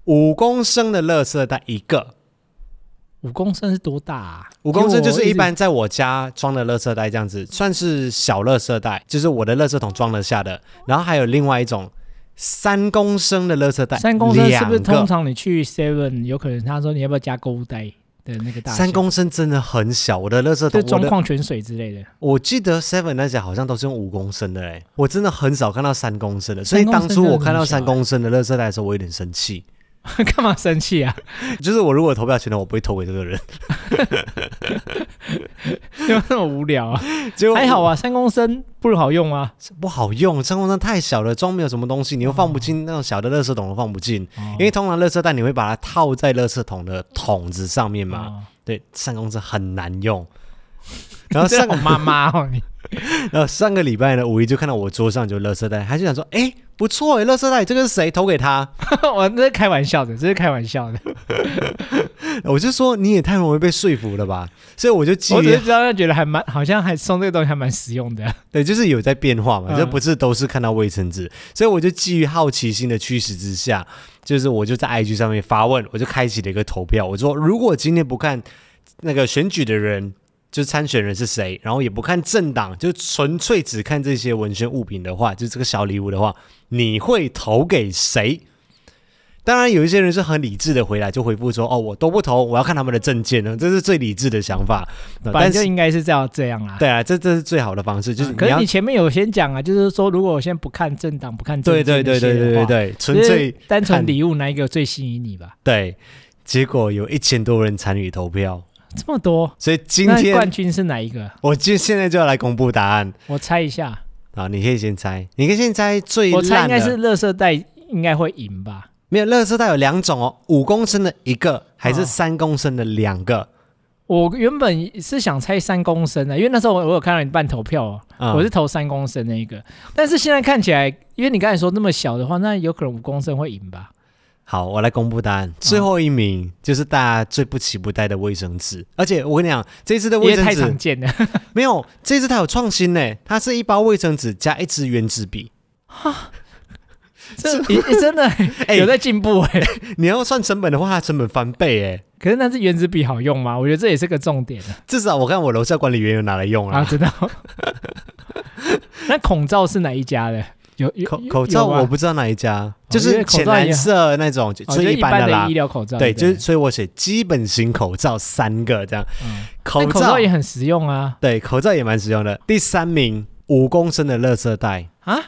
Speaker 1: 五公升的垃圾袋一个，
Speaker 2: 五公升是多大啊？
Speaker 1: 五公升就
Speaker 2: 因为
Speaker 1: 是
Speaker 2: 我
Speaker 1: 一
Speaker 2: 直
Speaker 1: 般在我家装的垃圾袋这样子，算是小垃圾袋，就是我的垃圾桶装得下的。然后还有另外一种三公升的垃圾袋，
Speaker 2: 三公升是不是
Speaker 1: 两个
Speaker 2: 通常你去 Seven 有可能他说你要不要加购物袋的那个大小
Speaker 1: 三公升真的很小，我的垃圾
Speaker 2: 就
Speaker 1: 桶，
Speaker 2: 装
Speaker 1: 我的
Speaker 2: 矿泉水之类的， [LAUGHS]
Speaker 1: 我记得 Seven 那些好像都是用五公升的嘞，我真的很少看到三公升的，所以
Speaker 2: 三公
Speaker 1: 当
Speaker 2: 升
Speaker 1: 初
Speaker 2: 真的
Speaker 1: 我看到
Speaker 2: 很小
Speaker 1: 三公升的垃圾袋的时候，我有点生气，
Speaker 2: 干嘛生气啊？ [LAUGHS]
Speaker 1: 就是我如果投票权了，我不会投给这个人， [LAUGHS]
Speaker 2: 因为那么无聊啊？
Speaker 1: 结果
Speaker 2: 还好啊，三公升不好用啊。
Speaker 1: 不好用，三公升太小了，装没有什么东西，你又放不进那种小的垃圾桶，都放不进。
Speaker 2: 哦
Speaker 1: 因为通常垃圾袋你会把它套在垃圾桶的桶子上面嘛，
Speaker 2: 哦
Speaker 1: 对，三公升很难用。 [LAUGHS] 然后
Speaker 2: [LAUGHS] 这
Speaker 1: 上
Speaker 2: 好
Speaker 1: 个
Speaker 2: 妈妈哦，你
Speaker 1: 然后上个礼拜呢，五一就看到我桌上就有垃圾袋，他就想说，哎，不错哎，垃圾袋这个是谁投给他？
Speaker 2: 我这是开玩笑的，这是开玩笑的。
Speaker 1: 我就说你也太容易被说服了吧，所以我就基
Speaker 2: 我只
Speaker 1: 于
Speaker 2: 是知道，觉得还蛮，好像还送这个东西还蛮实用的。啊
Speaker 1: 对，就是有在变化嘛，
Speaker 2: 嗯
Speaker 1: 这不是都是看到卫生纸，所以我就基于好奇心的驱使之下，就是我就在 IG 上面发问，我就开启了一个投票，我说如果今天不看那个选举的人，就是参选人是谁，然后也不看政党，就纯粹只看这些文宣物品的话，就这个小礼物的话，你会投给谁？当然，有一些人是很理智的回来，就回复说：“哦，我都不投，我要看他们的证件呢。”这是最理智的想法。那
Speaker 2: 本来
Speaker 1: 但，
Speaker 2: 就是应该是这样这样啦。
Speaker 1: 对啊，这这是最好的方式，就是
Speaker 2: 可
Speaker 1: 你
Speaker 2: 是
Speaker 1: 要
Speaker 2: 你前面有先讲啊，就是说如果我先不看政党，不看政
Speaker 1: 对对
Speaker 2: 见
Speaker 1: 对对
Speaker 2: 那些
Speaker 1: 对
Speaker 2: 的
Speaker 1: 对
Speaker 2: 话
Speaker 1: 对，纯
Speaker 2: 就是
Speaker 1: 粹
Speaker 2: 单纯
Speaker 1: 看
Speaker 2: 礼物哪一个最吸引你吧？
Speaker 1: 对。结果有一千多人参与投票，
Speaker 2: 这么多，
Speaker 1: 所以今
Speaker 2: 那冠
Speaker 1: 天
Speaker 2: 军是哪一个？
Speaker 1: 我今现在就要来公布答案
Speaker 2: 我猜一下，
Speaker 1: 啊！你可以先猜，你可以先猜最
Speaker 2: 我猜
Speaker 1: 烂
Speaker 2: 应该是
Speaker 1: 的。
Speaker 2: 垃圾袋应该会赢吧？
Speaker 1: 没有，乐色袋有两种哦，五公升的一个，还
Speaker 2: 哦
Speaker 1: 是三公升的两个？
Speaker 2: 我原本是想猜三公升的，因为那时候我我有看到你办投票、哦，
Speaker 1: 嗯
Speaker 2: 我是投三公升那一个。但是现在看起来，因为你刚才说那么小的话，那有可能五公升会赢吧？
Speaker 1: 好，我来公布答案。最后一名就是大家最不期不待的卫生纸，而且我跟你讲，这次的
Speaker 2: 因
Speaker 1: 卫
Speaker 2: 为
Speaker 1: 生
Speaker 2: 太常
Speaker 1: 纸
Speaker 2: 见了，
Speaker 1: 没有，这次它有创新呢，它是一包卫生纸加一支圆珠笔。
Speaker 2: 这诶真的、
Speaker 1: [LAUGHS] 哎
Speaker 2: 有在进步哎、
Speaker 1: 你要算成本的话，它成本翻倍哎。
Speaker 2: [LAUGHS] 可是那支原子笔好用吗？我觉得这也是个重点啊
Speaker 1: 至少我看我楼下管理员有拿来用
Speaker 2: 啊，
Speaker 1: 啊。 [LAUGHS]
Speaker 2: 知道。那口罩是哪一家的？有有
Speaker 1: 口
Speaker 2: 有
Speaker 1: 口罩
Speaker 2: 有吗
Speaker 1: 我不知道哪一家，就
Speaker 2: 因为
Speaker 1: 是
Speaker 2: 口罩
Speaker 1: 浅
Speaker 2: 也
Speaker 1: 蓝色那种，就
Speaker 2: 哦就
Speaker 1: 最
Speaker 2: 一般
Speaker 1: 的啦
Speaker 2: 医。疗口罩，
Speaker 1: 对，
Speaker 2: 不
Speaker 1: 就是所以我写基本型口罩三个这样，
Speaker 2: 嗯
Speaker 1: 口
Speaker 2: 但口罩也很实用啊
Speaker 1: 对口罩也蛮实用的。第三名五公升的垃圾袋，
Speaker 2: 啊！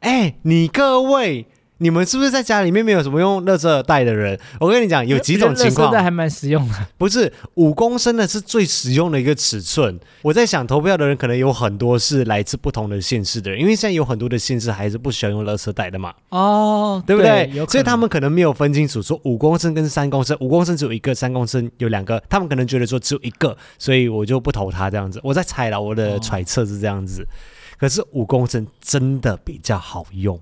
Speaker 1: 哎，你各位，你们是不是在家里面没有什么用垃圾袋的人？我跟你讲，有几种情
Speaker 2: 我觉得垃圾袋
Speaker 1: 况，
Speaker 2: 还蛮实
Speaker 1: [LAUGHS]
Speaker 2: 用的。
Speaker 1: 不是五公升的是最实用的一个尺寸。我在想，投票的人可能有很多是来自不同的县市的人，因为现在有很多的县市还是不喜欢用垃圾袋的嘛，
Speaker 2: 哦，
Speaker 1: 对不
Speaker 2: 对
Speaker 1: 对？？
Speaker 2: 有可
Speaker 1: 所以他
Speaker 2: 能
Speaker 1: 们可能没有分清楚说五公升跟三公升，五公升只有一个，三公升有两个，他们可能觉得说只有一个，所以我就不投他这样子。我在猜了，我的
Speaker 2: 哦
Speaker 1: 揣测是这样子。可是五公升真的比较好用。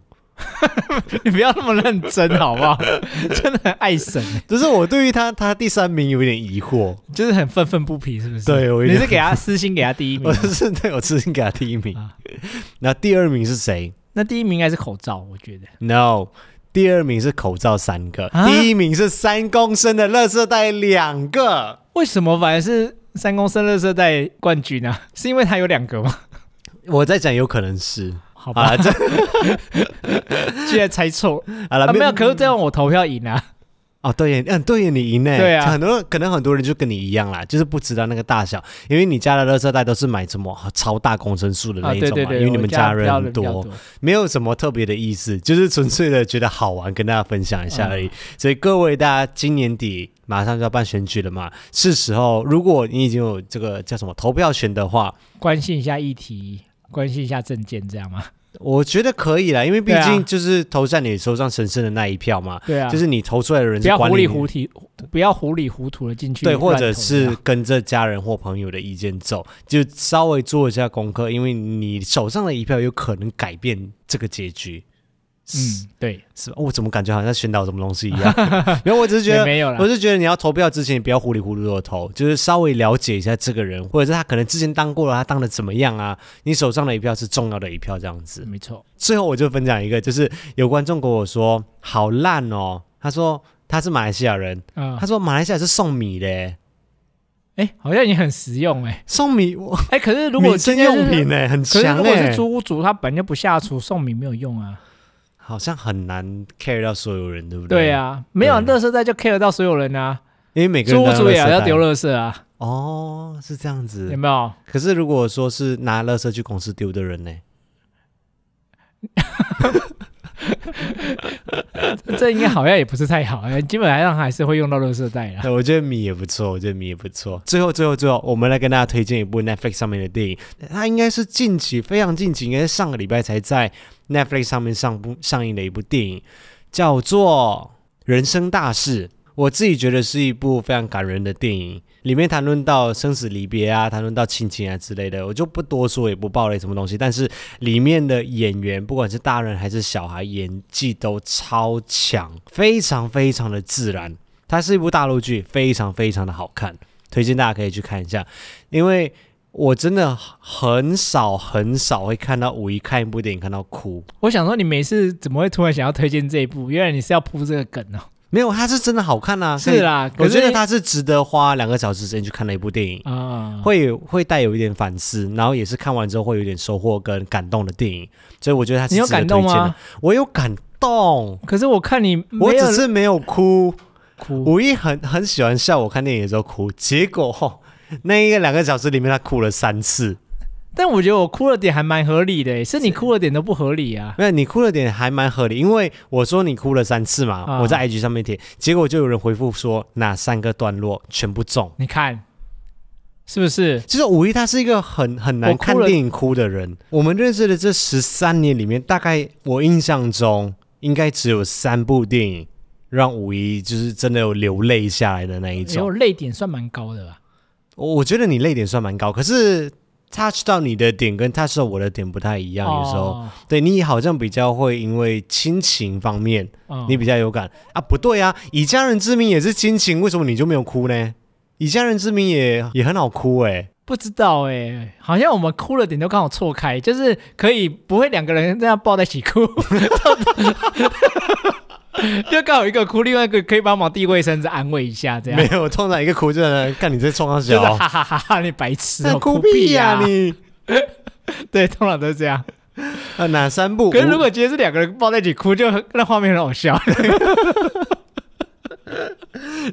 Speaker 2: [LAUGHS] 你不要那么认真好不好？ [LAUGHS] 真的很爱神，
Speaker 1: 就是我对于他他第三名有点疑惑，
Speaker 2: 就是很愤愤不平，是不是？
Speaker 1: 对我有
Speaker 2: 你
Speaker 1: 点
Speaker 2: 是给他私心给他第一
Speaker 1: [LAUGHS] [LAUGHS]
Speaker 2: 名
Speaker 1: 我
Speaker 2: 吗，
Speaker 1: 是对我自信给他第一名
Speaker 2: 啊。
Speaker 1: 那第二名是谁
Speaker 2: 那第一名应该是口罩，我觉得。
Speaker 1: ？No，第二名是口罩三个，
Speaker 2: 啊
Speaker 1: 第一名是三公升的垃圾袋两个。
Speaker 2: 为什么反而是三公升热色带冠军呢、是因为他有两个吗？
Speaker 1: 我在讲有可能是
Speaker 2: 好吧，
Speaker 1: 啊，这
Speaker 2: [LAUGHS] 居然猜错
Speaker 1: 好了
Speaker 2: 啊！没有，可是这样我投票赢啊。
Speaker 1: 哦，对耶，嗯，对耶，你赢呢。
Speaker 2: 对啊
Speaker 1: 很多可能很多人就跟你一样啦，就是不知道那个大小，因为你家的垃圾袋都是买什么超大公升数的那
Speaker 2: 啊，
Speaker 1: 一
Speaker 2: 对
Speaker 1: 种嘛，
Speaker 2: 对对，
Speaker 1: 因为
Speaker 2: 我
Speaker 1: 你们
Speaker 2: 家比
Speaker 1: 人
Speaker 2: 较
Speaker 1: 很
Speaker 2: 比较
Speaker 1: 多，没有什么特别的意思，就是纯粹的觉得好玩，跟大家分享一下
Speaker 2: 嗯
Speaker 1: 而已。所以各位，大家今年底马上就要办选举了嘛，是时候，如果你已经有这个叫什么投票权的话，
Speaker 2: 关心一下议题，关心一下政见，这
Speaker 1: [LAUGHS]
Speaker 2: 样吗？
Speaker 1: 我觉得可以啦，因为毕
Speaker 2: 对啊
Speaker 1: 竟就是投在你手上神圣的那一票嘛，
Speaker 2: 对啊，
Speaker 1: 就是你投出来的人
Speaker 2: 不
Speaker 1: 是
Speaker 2: 要
Speaker 1: 管
Speaker 2: 糊
Speaker 1: 理
Speaker 2: 里
Speaker 1: 你
Speaker 2: 糊涂，不要糊里糊涂的进去
Speaker 1: 对，
Speaker 2: 乱投
Speaker 1: 或
Speaker 2: 票，
Speaker 1: 者是跟着家人或朋友的意见走，就稍微做一下功课，因为你手上的一票有可能改变这个结局。
Speaker 2: 嗯，对，
Speaker 1: 是吧？哦我怎么感觉好像在宣导什么东西一样？ [LAUGHS] 没有，我只是觉
Speaker 2: 也
Speaker 1: 得
Speaker 2: 没有啦
Speaker 1: 我。是觉得你要投票之前，你不要糊里糊涂的投，就是稍微了解一下这个人，或者是他可能之前当过了，他当的怎么样啊？你手上的一票是重要的一票，这样子。
Speaker 2: 没错，
Speaker 1: 最后我就分享一个，就是有观众跟我说，好烂哦，他说他是马来西亚人，
Speaker 2: 嗯
Speaker 1: 他，说马来西亚是送米的耶，
Speaker 2: 哎，好像也很实用哎
Speaker 1: 送米，我
Speaker 2: 哎，可是 [LAUGHS] 如
Speaker 1: 民
Speaker 2: 果
Speaker 1: 生
Speaker 2: 今天
Speaker 1: 用
Speaker 2: 是
Speaker 1: 品呢，很
Speaker 2: 可是
Speaker 1: 强
Speaker 2: 如果
Speaker 1: 哎
Speaker 2: 是，租屋族，他本来就不下厨，送米没有用啊。
Speaker 1: 好像很难 carry 到所有人，对不对？
Speaker 2: 对，啊，没有
Speaker 1: 对
Speaker 2: 垃圾袋就 care 到所有人啊，
Speaker 1: 因为每个
Speaker 2: 租
Speaker 1: 人
Speaker 2: 屋
Speaker 1: 都
Speaker 2: 族也
Speaker 1: 垃圾
Speaker 2: 要
Speaker 1: 袋
Speaker 2: 丢垃圾啊，
Speaker 1: 哦，是这样子
Speaker 2: 有。没有？
Speaker 1: 可是如果说是拿垃圾去公司丢的人呢？
Speaker 2: 这应该好像也不是太好，呃基本上还是会用到垃圾袋啦。
Speaker 1: 对，我觉得米也不错，我觉得米也不错。最后，最后，最后，我们来跟大家推荐一部 Netflix 上面的电影，它应该是近期非常近期，应该是上个礼拜才在 Netflix 上面上部上映的一部电影，叫做《人生大事》。我自己觉得是一部非常感人的电影，里面谈论到生死离别啊，谈论到亲情啊之类的，我就不多说，也不爆雷什么东西。但是里面的演员，不管是大人还是小孩，演技都超强，非常非常的自然。它是一部大陆剧，非常非常的好看，推荐大家可以去看一下。因为我真的很少很少会看到五一看一部电影看到哭，
Speaker 2: 我想说，你每次怎么会突然想要推荐这一部？原来你是要铺这个梗哦。
Speaker 1: 没有，它是真的好看啊！
Speaker 2: 是，啦，
Speaker 1: 我
Speaker 2: 可是
Speaker 1: 觉得它是值得花两个小时时间去看的一部电影，
Speaker 2: 啊，
Speaker 1: 会有会带有一点反思，然后也是看完之后会有点收获跟感动的电影，所以我觉得它是
Speaker 2: 你有
Speaker 1: 值得
Speaker 2: 感动
Speaker 1: 推荐的
Speaker 2: 吗？？
Speaker 1: 我有感动，
Speaker 2: 可是我看你
Speaker 1: 我
Speaker 2: 没有
Speaker 1: 只是没有哭。
Speaker 2: 哭，
Speaker 1: 五一很很喜欢笑我看电影的时候哭，结果、吼那一个两个小时里面他哭了三次。
Speaker 2: 但我觉得我哭的点还蛮合理的耶，是你哭的点都不合理啊。
Speaker 1: 没有，你哭的点还蛮合理，因为我说你哭了三次嘛，
Speaker 2: 啊
Speaker 1: 我在 IG 上面贴，结果就有人回复说哪三个段落全部中。
Speaker 2: 你看，是不是？
Speaker 1: 其实五一他是一个很很难
Speaker 2: 我哭
Speaker 1: 看
Speaker 2: 了
Speaker 1: 电影哭的人。我们认识的这十三年里面，大概我印象中应该只有三部电影让五一就是真的有流泪下来的那一
Speaker 2: 有
Speaker 1: 种。
Speaker 2: 哎泪点算蛮高的吧？
Speaker 1: 我我觉得你泪点算蛮高，可是 touch 到你的点跟 touch 到我的点不太一样，有时候
Speaker 2: 哦，
Speaker 1: 对你好像比较会因为亲情方面。
Speaker 2: 嗯
Speaker 1: 你比较有感啊？不对啊，以家人之名也是亲情，为什么你就没有哭呢？以家人之名也也很好哭哎、
Speaker 2: 不知道哎、好像我们哭了点都刚好错开，就是可以不会两个人这样抱在一起哭， [LAUGHS] 就刚好一个哭，另外一个可以帮忙递卫生纸安慰一下，这样
Speaker 1: 没有，通常一个哭就在看你在冲上
Speaker 2: 啊就是
Speaker 1: 小，
Speaker 2: 哈哈哈哈，你白痴哦、
Speaker 1: 那哭
Speaker 2: 屁
Speaker 1: 屁呀、
Speaker 2: 你！
Speaker 1: 你！
Speaker 2: 对，通常都是这样。
Speaker 1: 啊，哪三部？
Speaker 2: 可是如果今天是两个人抱在一起哭，就很那画面很好笑。
Speaker 1: [LAUGHS]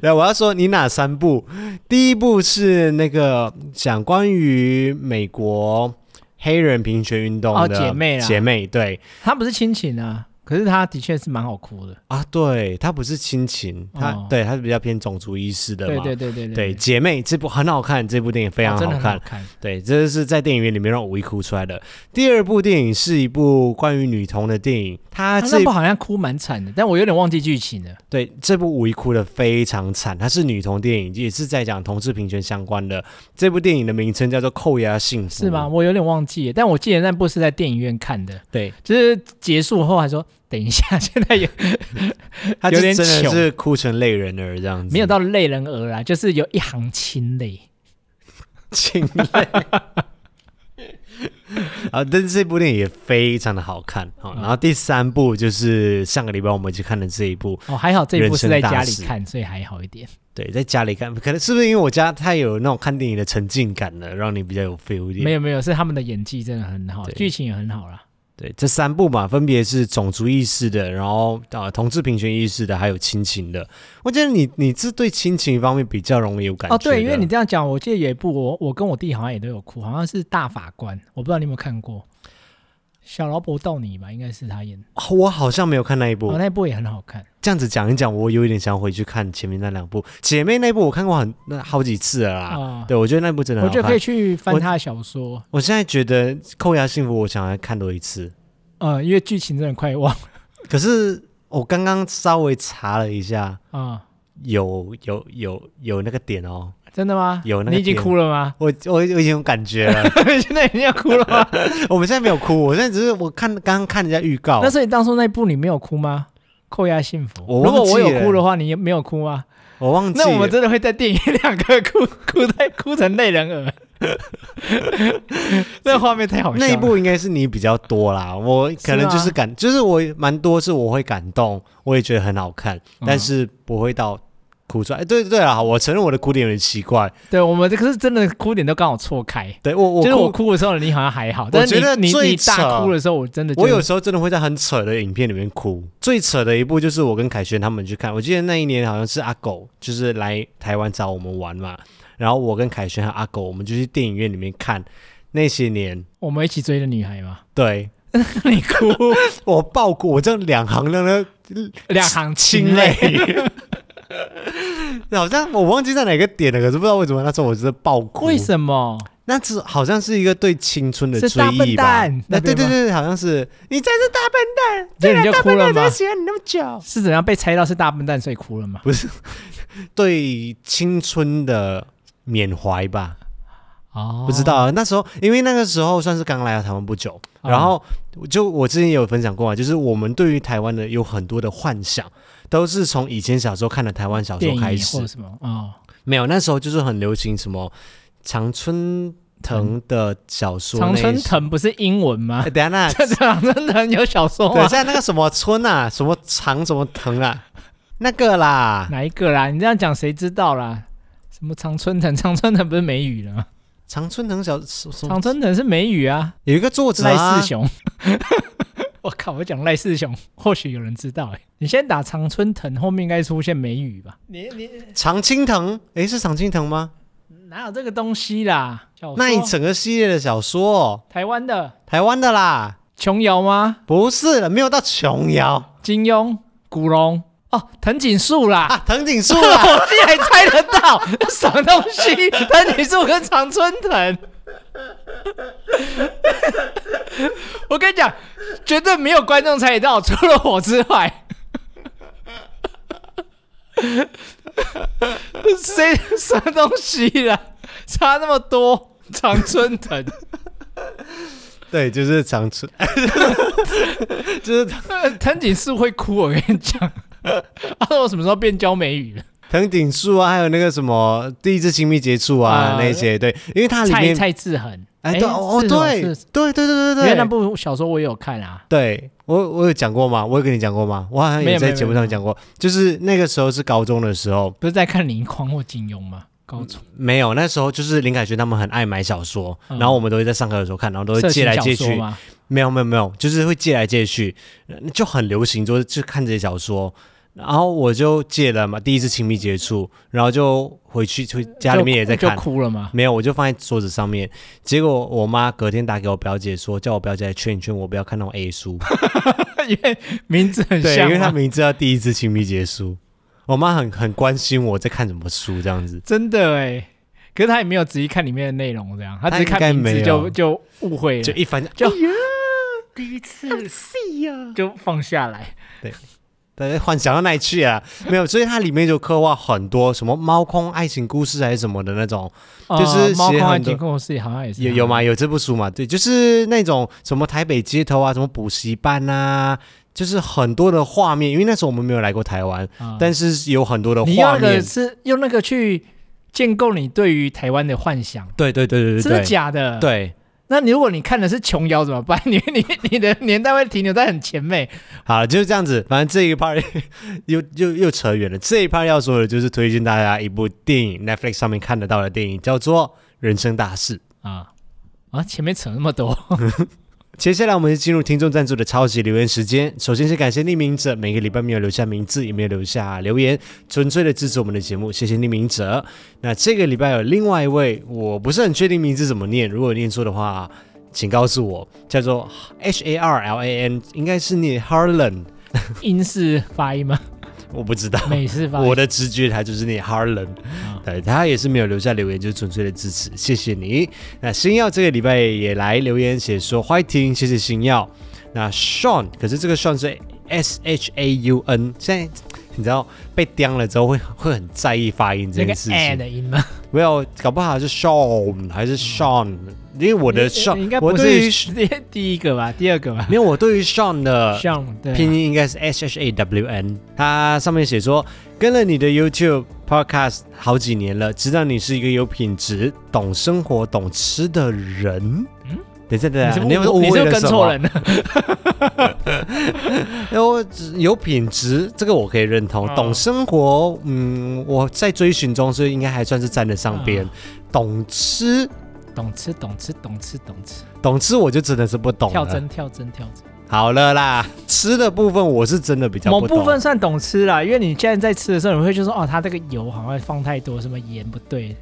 Speaker 1: 来，啊我要说你哪三部？第一部是那个讲关于美国黑人平权运动
Speaker 2: 哦
Speaker 1: 的
Speaker 2: 姐妹啦
Speaker 1: 姐妹对
Speaker 2: 他不是亲情啊，可是他的确是蛮好哭的。
Speaker 1: 啊，对，她不是亲情，她、
Speaker 2: 哦
Speaker 1: 对她是比较偏种族意识的
Speaker 2: 对
Speaker 1: 嘛，
Speaker 2: 对对对
Speaker 1: 对姐妹这部很好看，这部电影非常
Speaker 2: 哦真的
Speaker 1: 好
Speaker 2: 很
Speaker 1: 看，
Speaker 2: 好看。
Speaker 1: 对，这是在电影院里面让五一哭出来的。第二部电影是一部关于女童的电影，它
Speaker 2: 他
Speaker 1: 这、
Speaker 2: 啊那部好像哭蛮惨的，但我有点忘记剧情了。
Speaker 1: 对这部五一哭的非常惨，它是女童电影，也是在讲同志平权相关的。这部电影的名称叫做《扣押幸福》，
Speaker 2: 是吗？？我有点忘记了，但我记得那部是在电影院看的，
Speaker 1: 对，
Speaker 2: 就是结束后还说等一下，现在有
Speaker 1: 他就
Speaker 2: 有点
Speaker 1: 真的
Speaker 2: 糗
Speaker 1: 是哭成泪人儿这样子，
Speaker 2: 没有到泪人儿 [LAUGHS] 啦，就是有一行清泪。
Speaker 1: [LAUGHS] 清泪。啊，但是这部电影也非常的好看啊、
Speaker 2: 嗯
Speaker 1: 然后第三部就是上个礼拜我们去看的这一部，
Speaker 2: 哦，还好这一部是在家
Speaker 1: 人
Speaker 2: 里
Speaker 1: 生大
Speaker 2: 看，所以还好一点。
Speaker 1: 对，在家里看，可能是不是因为我家太有那种看电影的沉浸感了，让你比较有 feel 一点？
Speaker 2: 没
Speaker 1: 有，
Speaker 2: 有没有，是他们的演技真的很好，
Speaker 1: 对
Speaker 2: 剧情也很好啦。
Speaker 1: 对，这三部嘛，分别是种族意识的，然后啊，同志平权意识的，还有亲情的。我觉得你你是对亲情方面比较容易有感觉
Speaker 2: 哦，对，因为
Speaker 1: 的
Speaker 2: 你这样讲，我记得有一部我我跟我弟好像也都有哭，好像是《大法官》，我不知道你有没有看过。小劳勃·道尼吧，应该是他演的，
Speaker 1: 哦我好像没有看那一部。
Speaker 2: 哦，那一部也很好看。
Speaker 1: 这样子讲一讲，我有一点想回去看前面那两部。姐妹那一部我看过很那好几次了啦。
Speaker 2: 哦
Speaker 1: 啊对，我觉得那部真的
Speaker 2: 我
Speaker 1: 很好
Speaker 2: 觉
Speaker 1: 看。
Speaker 2: 得可以去翻
Speaker 1: 我
Speaker 2: 他的小说，
Speaker 1: 我现在觉得《扣押幸福》，我想来看多一次。
Speaker 2: 呃，因为剧情真的快忘了
Speaker 1: 可是我刚刚稍微查了一下，
Speaker 2: 啊、
Speaker 1: 有有有有那个点哦，
Speaker 2: 真的吗？
Speaker 1: 有那个
Speaker 2: 你已经
Speaker 1: 点
Speaker 2: 哭了吗？ [LAUGHS]
Speaker 1: 我我我已经有感觉了。
Speaker 2: 现在已经要哭了
Speaker 1: [LAUGHS]
Speaker 2: 吗？
Speaker 1: 我们现在没有哭，我现在只是我看刚刚看人家预告
Speaker 2: 那，所以当初那一部你没有哭吗？扣押幸福。
Speaker 1: 我
Speaker 2: 如
Speaker 1: 忘
Speaker 2: 果我
Speaker 1: 记了
Speaker 2: 有哭的话，你也没有哭吗？
Speaker 1: 我忘记
Speaker 2: 那我们
Speaker 1: 了。
Speaker 2: 真的会在电影两个哭哭在哭成泪
Speaker 1: [LAUGHS]
Speaker 2: 人儿， [LAUGHS] 那画面太好笑了。
Speaker 1: 那一部应该是你比较多啦，我可能就是感，就是我蛮多是我会感动，我也觉得很好看，
Speaker 2: 嗯
Speaker 1: 但是不会到哭出来。对对啊，我承认我的哭点有点奇怪，
Speaker 2: 对我们这个是真的哭点都刚好错开，
Speaker 1: 对我我
Speaker 2: 就是我
Speaker 1: 哭。
Speaker 2: 哭的时候你好像还好，但是你
Speaker 1: 觉得
Speaker 2: 你
Speaker 1: 最
Speaker 2: 你大
Speaker 1: 扯
Speaker 2: 哭的时候我真的觉
Speaker 1: 我
Speaker 2: 得
Speaker 1: 有时候真的会在很扯的影片里面哭。最扯的一部就是我跟凯旋他们去看，我记得那一年好像是阿狗，就是来台湾找我们玩嘛。然后我跟凯旋和阿狗，我们就去电影院里面看那些年。
Speaker 2: 我们一起追的女
Speaker 1: [LAUGHS]
Speaker 2: 孩嘛，
Speaker 1: 对
Speaker 2: 你哭
Speaker 1: 我爆哭，我这两行的那
Speaker 2: 两行
Speaker 1: 清
Speaker 2: 清
Speaker 1: 泪
Speaker 2: 泪，。
Speaker 1: [LAUGHS] 好像我忘记在哪个点了，可是不知道为什么那时候我真的爆哭。
Speaker 2: 为什么？
Speaker 1: 那只好像是一个对青春的
Speaker 2: 是
Speaker 1: 追
Speaker 2: 大
Speaker 1: 忆
Speaker 2: 笨
Speaker 1: 吧？
Speaker 2: 蛋
Speaker 1: 那
Speaker 2: 那
Speaker 1: 对
Speaker 2: 边
Speaker 1: 对
Speaker 2: 吗
Speaker 1: 对，好像是你真是大笨蛋，
Speaker 2: 所以你就
Speaker 1: 大
Speaker 2: 哭
Speaker 1: 笨
Speaker 2: 了
Speaker 1: 蛋才
Speaker 2: 吗？
Speaker 1: 喜欢你那么久。
Speaker 2: 是怎样被猜到是大笨蛋所以哭了吗？
Speaker 1: 对青春的缅怀吧，
Speaker 2: 哦，
Speaker 1: 不知道啊。那时候因为那个时候算是刚来到台湾不久，
Speaker 2: 哦
Speaker 1: 然后就我之前也有分享过啊，就是我们对于台湾的有很多的幻想，都是从以前小时候看的台湾小
Speaker 2: 电
Speaker 1: 说
Speaker 2: 影
Speaker 1: 开
Speaker 2: 或者
Speaker 1: 始。
Speaker 2: 什么哦，
Speaker 1: 没有，那时候就是很流行什么常春藤的小说那
Speaker 2: 常
Speaker 1: 一些，
Speaker 2: 嗯春藤不是英文吗
Speaker 1: 哎，？等一下那
Speaker 2: 常春藤有小说
Speaker 1: 对，
Speaker 2: 吗
Speaker 1: 现？在那个什么春啊，什么长什么藤啊，那个啦，
Speaker 2: 哪一个啦？你这样讲谁知道啦？什么常春藤？常春藤不是美语了吗？
Speaker 1: 常春藤小什什么
Speaker 2: 常春藤是美语啊，
Speaker 1: 有一个作者
Speaker 2: 赖
Speaker 1: 啊
Speaker 2: 世，雄。 [LAUGHS] 我靠！我讲赖世雄，或许有人知道哎、你先打常春藤，后面应该出现美语吧？你你
Speaker 1: 常青藤，诶，是常青藤吗？
Speaker 2: 哪有这个东西啦？小说
Speaker 1: 那一整个系列的小说哦、
Speaker 2: 台湾的
Speaker 1: 台湾的啦，
Speaker 2: 琼瑶吗？
Speaker 1: 不是了，没有到琼瑶
Speaker 2: 金庸、古龙哦，藤井树啦。
Speaker 1: 啊，藤井树
Speaker 2: [LAUGHS]
Speaker 1: 啦，
Speaker 2: 我竟然猜得到， [LAUGHS] 什么东西？藤井树跟常春藤。我跟你讲，绝对没有观众猜得到，除了我之外。 [LAUGHS] 谁什么东西啦？差那么多，常春藤，
Speaker 1: 对，就是长春， [LAUGHS] 就是
Speaker 2: 呃藤井树会哭，我跟你讲。他说我什么时候变娇美语了？
Speaker 1: 藤井树啊，还有那个什么第一次亲密接触啊，
Speaker 2: 啊
Speaker 1: 那些对，因为它啊里
Speaker 2: 蔡
Speaker 1: 面
Speaker 2: 蔡志恒，
Speaker 1: 哎，对哦，
Speaker 2: 是
Speaker 1: 对
Speaker 2: 是
Speaker 1: 对对对对
Speaker 2: 因为
Speaker 1: 对，
Speaker 2: 那部小说我也有看啊。
Speaker 1: 对我我有讲过吗？我有跟你讲过吗？我好像
Speaker 2: 没
Speaker 1: 有
Speaker 2: 有
Speaker 1: 在
Speaker 2: 没有
Speaker 1: 节目
Speaker 2: 没有
Speaker 1: 上讲过，就是那个时候是高中的时候，
Speaker 2: 不是在看林匡或金庸吗？高中
Speaker 1: 没有，那时候就是林凯旋他们很爱买小说，
Speaker 2: 嗯
Speaker 1: 然后我们都会在上课的时候看，然后都会
Speaker 2: 色
Speaker 1: 借
Speaker 2: 情
Speaker 1: 来
Speaker 2: 小
Speaker 1: 借
Speaker 2: 说
Speaker 1: 去，
Speaker 2: 吗？
Speaker 1: 没有没有没有，就是会借来借去，呃就很流行，就是就看这些小说。然后我就戒了嘛，第一次亲密接触，然后就回去去家里面也在
Speaker 2: 就
Speaker 1: 看
Speaker 2: 就，哭了嘛。
Speaker 1: 没有，我就放在桌子上面。结果我妈隔天打给我表姐说，叫我表姐来劝一劝我不要看那种 A 书，
Speaker 2: [LAUGHS] 因为名字很
Speaker 1: 对，
Speaker 2: 像嘛，啊
Speaker 1: 因为她明知道第一次亲密接触，我妈很很关心我在看什么书这样子。
Speaker 2: [LAUGHS] 真的哎，可是他也没有仔细看里面的内容，这样他只是
Speaker 1: 他应该
Speaker 2: 看名字
Speaker 1: 没
Speaker 2: 就
Speaker 1: 有
Speaker 2: 就误会了，
Speaker 1: 就一翻哦
Speaker 2: 就
Speaker 1: 就
Speaker 2: 第一次就放下来。
Speaker 1: 大家幻想到那里去啊，没有，所以它里面就刻画很多什么猫空爱情故事还是什么的那种， [LAUGHS] 就是
Speaker 2: 呃猫
Speaker 1: 写
Speaker 2: 空爱
Speaker 1: 很多
Speaker 2: 情故事好像也是
Speaker 1: 有
Speaker 2: 他
Speaker 1: 有吗？有这部书吗？对，就是那种什么台北街头啊，什么补习班啊，就是很多的画面。因为那时候我们没有来过台湾，
Speaker 2: 啊
Speaker 1: 但是有很多的
Speaker 2: 你用
Speaker 1: 画
Speaker 2: 那个
Speaker 1: 面。
Speaker 2: 是用那个去建构你对于台湾的幻想，
Speaker 1: 对对对对对对，
Speaker 2: 真的假的？。
Speaker 1: 对，
Speaker 2: 那你如果你看的是琼瑶怎么办？ [LAUGHS] 你你你的年代会停留在很前面。
Speaker 1: 好，就是这样子。反正这一 part [LAUGHS] 又又又扯远了。这一 part 要说的就是推荐大家一部电影，Netflix 上面看得到的电影，叫做《人生大事》。
Speaker 2: 啊啊！前面扯那么多， [LAUGHS]
Speaker 1: 接下来我们是进入听众赞助的超级留言时间。首先是感谢匿名者，每个礼拜没有留下名字，也没有留下留言，纯粹的支持我们的节目，谢谢匿名者。那这个礼拜有另外一位，我不是很确定名字怎么念，如果念错的话，请告诉我，叫做 H A R L A N，应该是念 Harlan，
Speaker 2: 英式发音
Speaker 1: [LAUGHS]
Speaker 2: 吗？
Speaker 1: 我不知道，
Speaker 2: 美式发音
Speaker 1: 我？的直觉他就是念 Harlan。
Speaker 2: 啊
Speaker 1: 对他也是没有留下留言，就是纯粹的支持，谢谢你。那星耀这个礼拜也来留言写说欢迎听，谢谢星耀。那 Sean，可是这个 Sean 是 S H A U N，现在你知道被刁了之后会会很在意发音这
Speaker 2: 那个
Speaker 1: 件事
Speaker 2: a
Speaker 1: 情，
Speaker 2: 的音吗？
Speaker 1: 没有，搞不好是 Sean 还是 Sean，因为我的
Speaker 2: 嗯你你应该
Speaker 1: Sean，我
Speaker 2: 不
Speaker 1: 对于
Speaker 2: 是第 [LAUGHS] 第一个吧，第二个吧
Speaker 1: 没。有我对于 Sean 的
Speaker 2: 像对啊
Speaker 1: 拼音应该是 S H A W N。它上面写说，跟了你的 YouTube podcast 好几年了，知道你是一个有品质、懂生活、懂吃的人。嗯，等一下，等一
Speaker 2: 你是
Speaker 1: 下，
Speaker 2: 不
Speaker 1: 你有没有误
Speaker 2: 你是
Speaker 1: 会
Speaker 2: 不是
Speaker 1: 了
Speaker 2: 跟
Speaker 1: 什
Speaker 2: 错
Speaker 1: 么
Speaker 2: 人？了？ [LAUGHS]
Speaker 1: 有有品质，这个我可以认同。
Speaker 2: 嗯
Speaker 1: 懂生活，嗯，我在追寻中，所以应该还算是沾得上边。
Speaker 2: 嗯
Speaker 1: 懂吃，
Speaker 2: 懂吃懂吃懂吃懂吃，
Speaker 1: 懂吃，我就真的是不懂
Speaker 2: 跳
Speaker 1: 了。
Speaker 2: 针跳针跳针。
Speaker 1: 好了啦，吃的部分我是真的比较
Speaker 2: 某
Speaker 1: 不懂
Speaker 2: 部分算懂吃啦，因为你现在在吃的时候，你会就说哦，它这个油好像放太多，什么盐不对。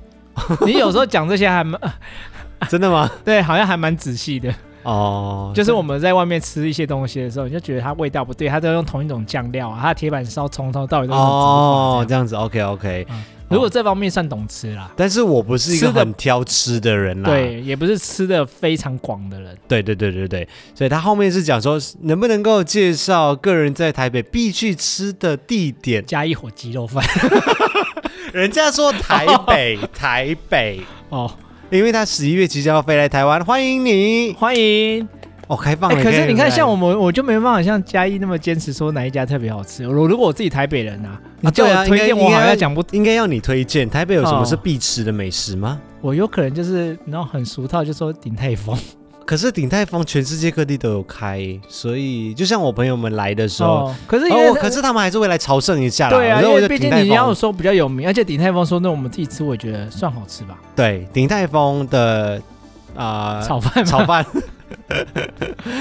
Speaker 2: 你有时候讲这些还蛮 [LAUGHS]
Speaker 1: 真的吗？
Speaker 2: 对，好像还蛮仔细的。
Speaker 1: 哦，
Speaker 2: [LAUGHS] 就是我们在外面吃一些东西的时候，你就觉得它味道不对，它都用同一种酱料啊，它的铁板烧从头到尾都是这种
Speaker 1: 哦，
Speaker 2: 煮法这
Speaker 1: 这
Speaker 2: 样。
Speaker 1: 样子，OK OK。
Speaker 2: 嗯如果这方面算懂吃啦，
Speaker 1: 但是我不是一个
Speaker 2: 吃的
Speaker 1: 很挑吃的人啦，
Speaker 2: 对，也不是吃的非常广的人。
Speaker 1: 对对对对对，所以他后面是讲说，能不能够介绍个人在台北必去吃的地点？
Speaker 2: 加一火鸡
Speaker 1: [LAUGHS]
Speaker 2: 肉饭
Speaker 1: 人家说台
Speaker 2: [LAUGHS]
Speaker 1: 北，台北，
Speaker 2: 哦，
Speaker 1: 因为他十一月即将要飞来台湾，欢迎你
Speaker 2: 欢迎。
Speaker 1: 哦，开放
Speaker 2: 哎、
Speaker 1: 了。
Speaker 2: 可是你看，像我
Speaker 1: 们
Speaker 2: 们，我就没办法像嘉义那么坚持说哪一家特别好吃。我如果我自己台北人啊，你叫
Speaker 1: 对啊
Speaker 2: 我推荐，
Speaker 1: 应该
Speaker 2: 我好
Speaker 1: 应该
Speaker 2: 像讲不，
Speaker 1: 应该要你推荐台北有什么
Speaker 2: 哦
Speaker 1: 是必吃的美食吗？
Speaker 2: 我有可能就是然后很俗套，就说鼎泰丰。
Speaker 1: 可是鼎泰丰全世界各地都有开，所以就像我朋友们来的时候，
Speaker 2: 哦，可是因为、
Speaker 1: 哦，可是他们还是会来朝圣一下啦。
Speaker 2: 对啊，
Speaker 1: 所以
Speaker 2: 因
Speaker 1: 我
Speaker 2: 为
Speaker 1: 就
Speaker 2: 毕
Speaker 1: 鼎
Speaker 2: 竟
Speaker 1: 泰
Speaker 2: 你
Speaker 1: 丰
Speaker 2: 要说比较有名，而且鼎泰丰说那我们自己吃，我也觉得算好吃吧，
Speaker 1: 对，鼎泰丰的啊、
Speaker 2: 炒饭嘛、
Speaker 1: 炒饭、[LAUGHS]
Speaker 2: 哎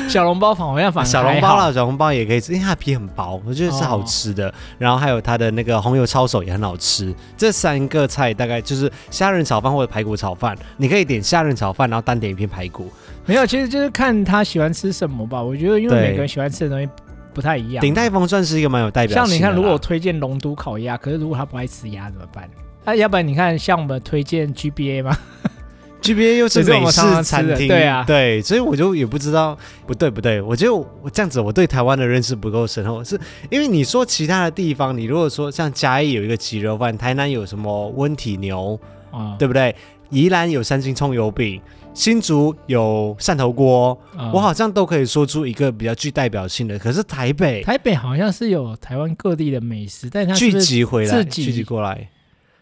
Speaker 2: 小笼包好像反啊而
Speaker 1: 小笼包
Speaker 2: 还好哦
Speaker 1: 啦，小笼包也可以吃，因为它皮很薄，我觉得是好吃的。然后还有它的那个红油抄手也很好吃。这三个菜大概就是虾仁炒饭或者排骨炒饭，你可以点虾仁炒饭，然后单点一片排骨。
Speaker 2: 没有，其实就是看他喜欢吃什么吧。我觉得因为
Speaker 1: 对
Speaker 2: 每个人喜欢吃的东西不太一样。
Speaker 1: 鼎泰丰算是一个蛮有代表啊
Speaker 2: 像
Speaker 1: 性的啦。
Speaker 2: 你看，如果我推荐龙都烤鸭，可是如果他不爱吃鸭怎么办？啊，要不然你看，像我们推荐 GBA 吗？
Speaker 1: GBA 又是
Speaker 2: 也是我
Speaker 1: 美
Speaker 2: 们
Speaker 1: 式
Speaker 2: 常常吃
Speaker 1: 餐
Speaker 2: 的
Speaker 1: 厅，
Speaker 2: 对啊
Speaker 1: 对，所以我就也不知道，不对不对，我觉得我这样子我对台湾的认识不够深厚，是因为你说其他的地方，你如果说像嘉义有一个鸡肉饭，台南有什么温体牛，
Speaker 2: 啊、
Speaker 1: [LAUGHS] 对不对？宜兰有三星葱油饼，新竹有汕头锅，
Speaker 2: 嗯
Speaker 1: 我好像都可以说出一个比较具代表性的。可是台北
Speaker 2: 台北好像是有台湾各地的美食，但是它是
Speaker 1: 聚
Speaker 2: 不是
Speaker 1: 集回来，
Speaker 2: 自己
Speaker 1: 聚集过来。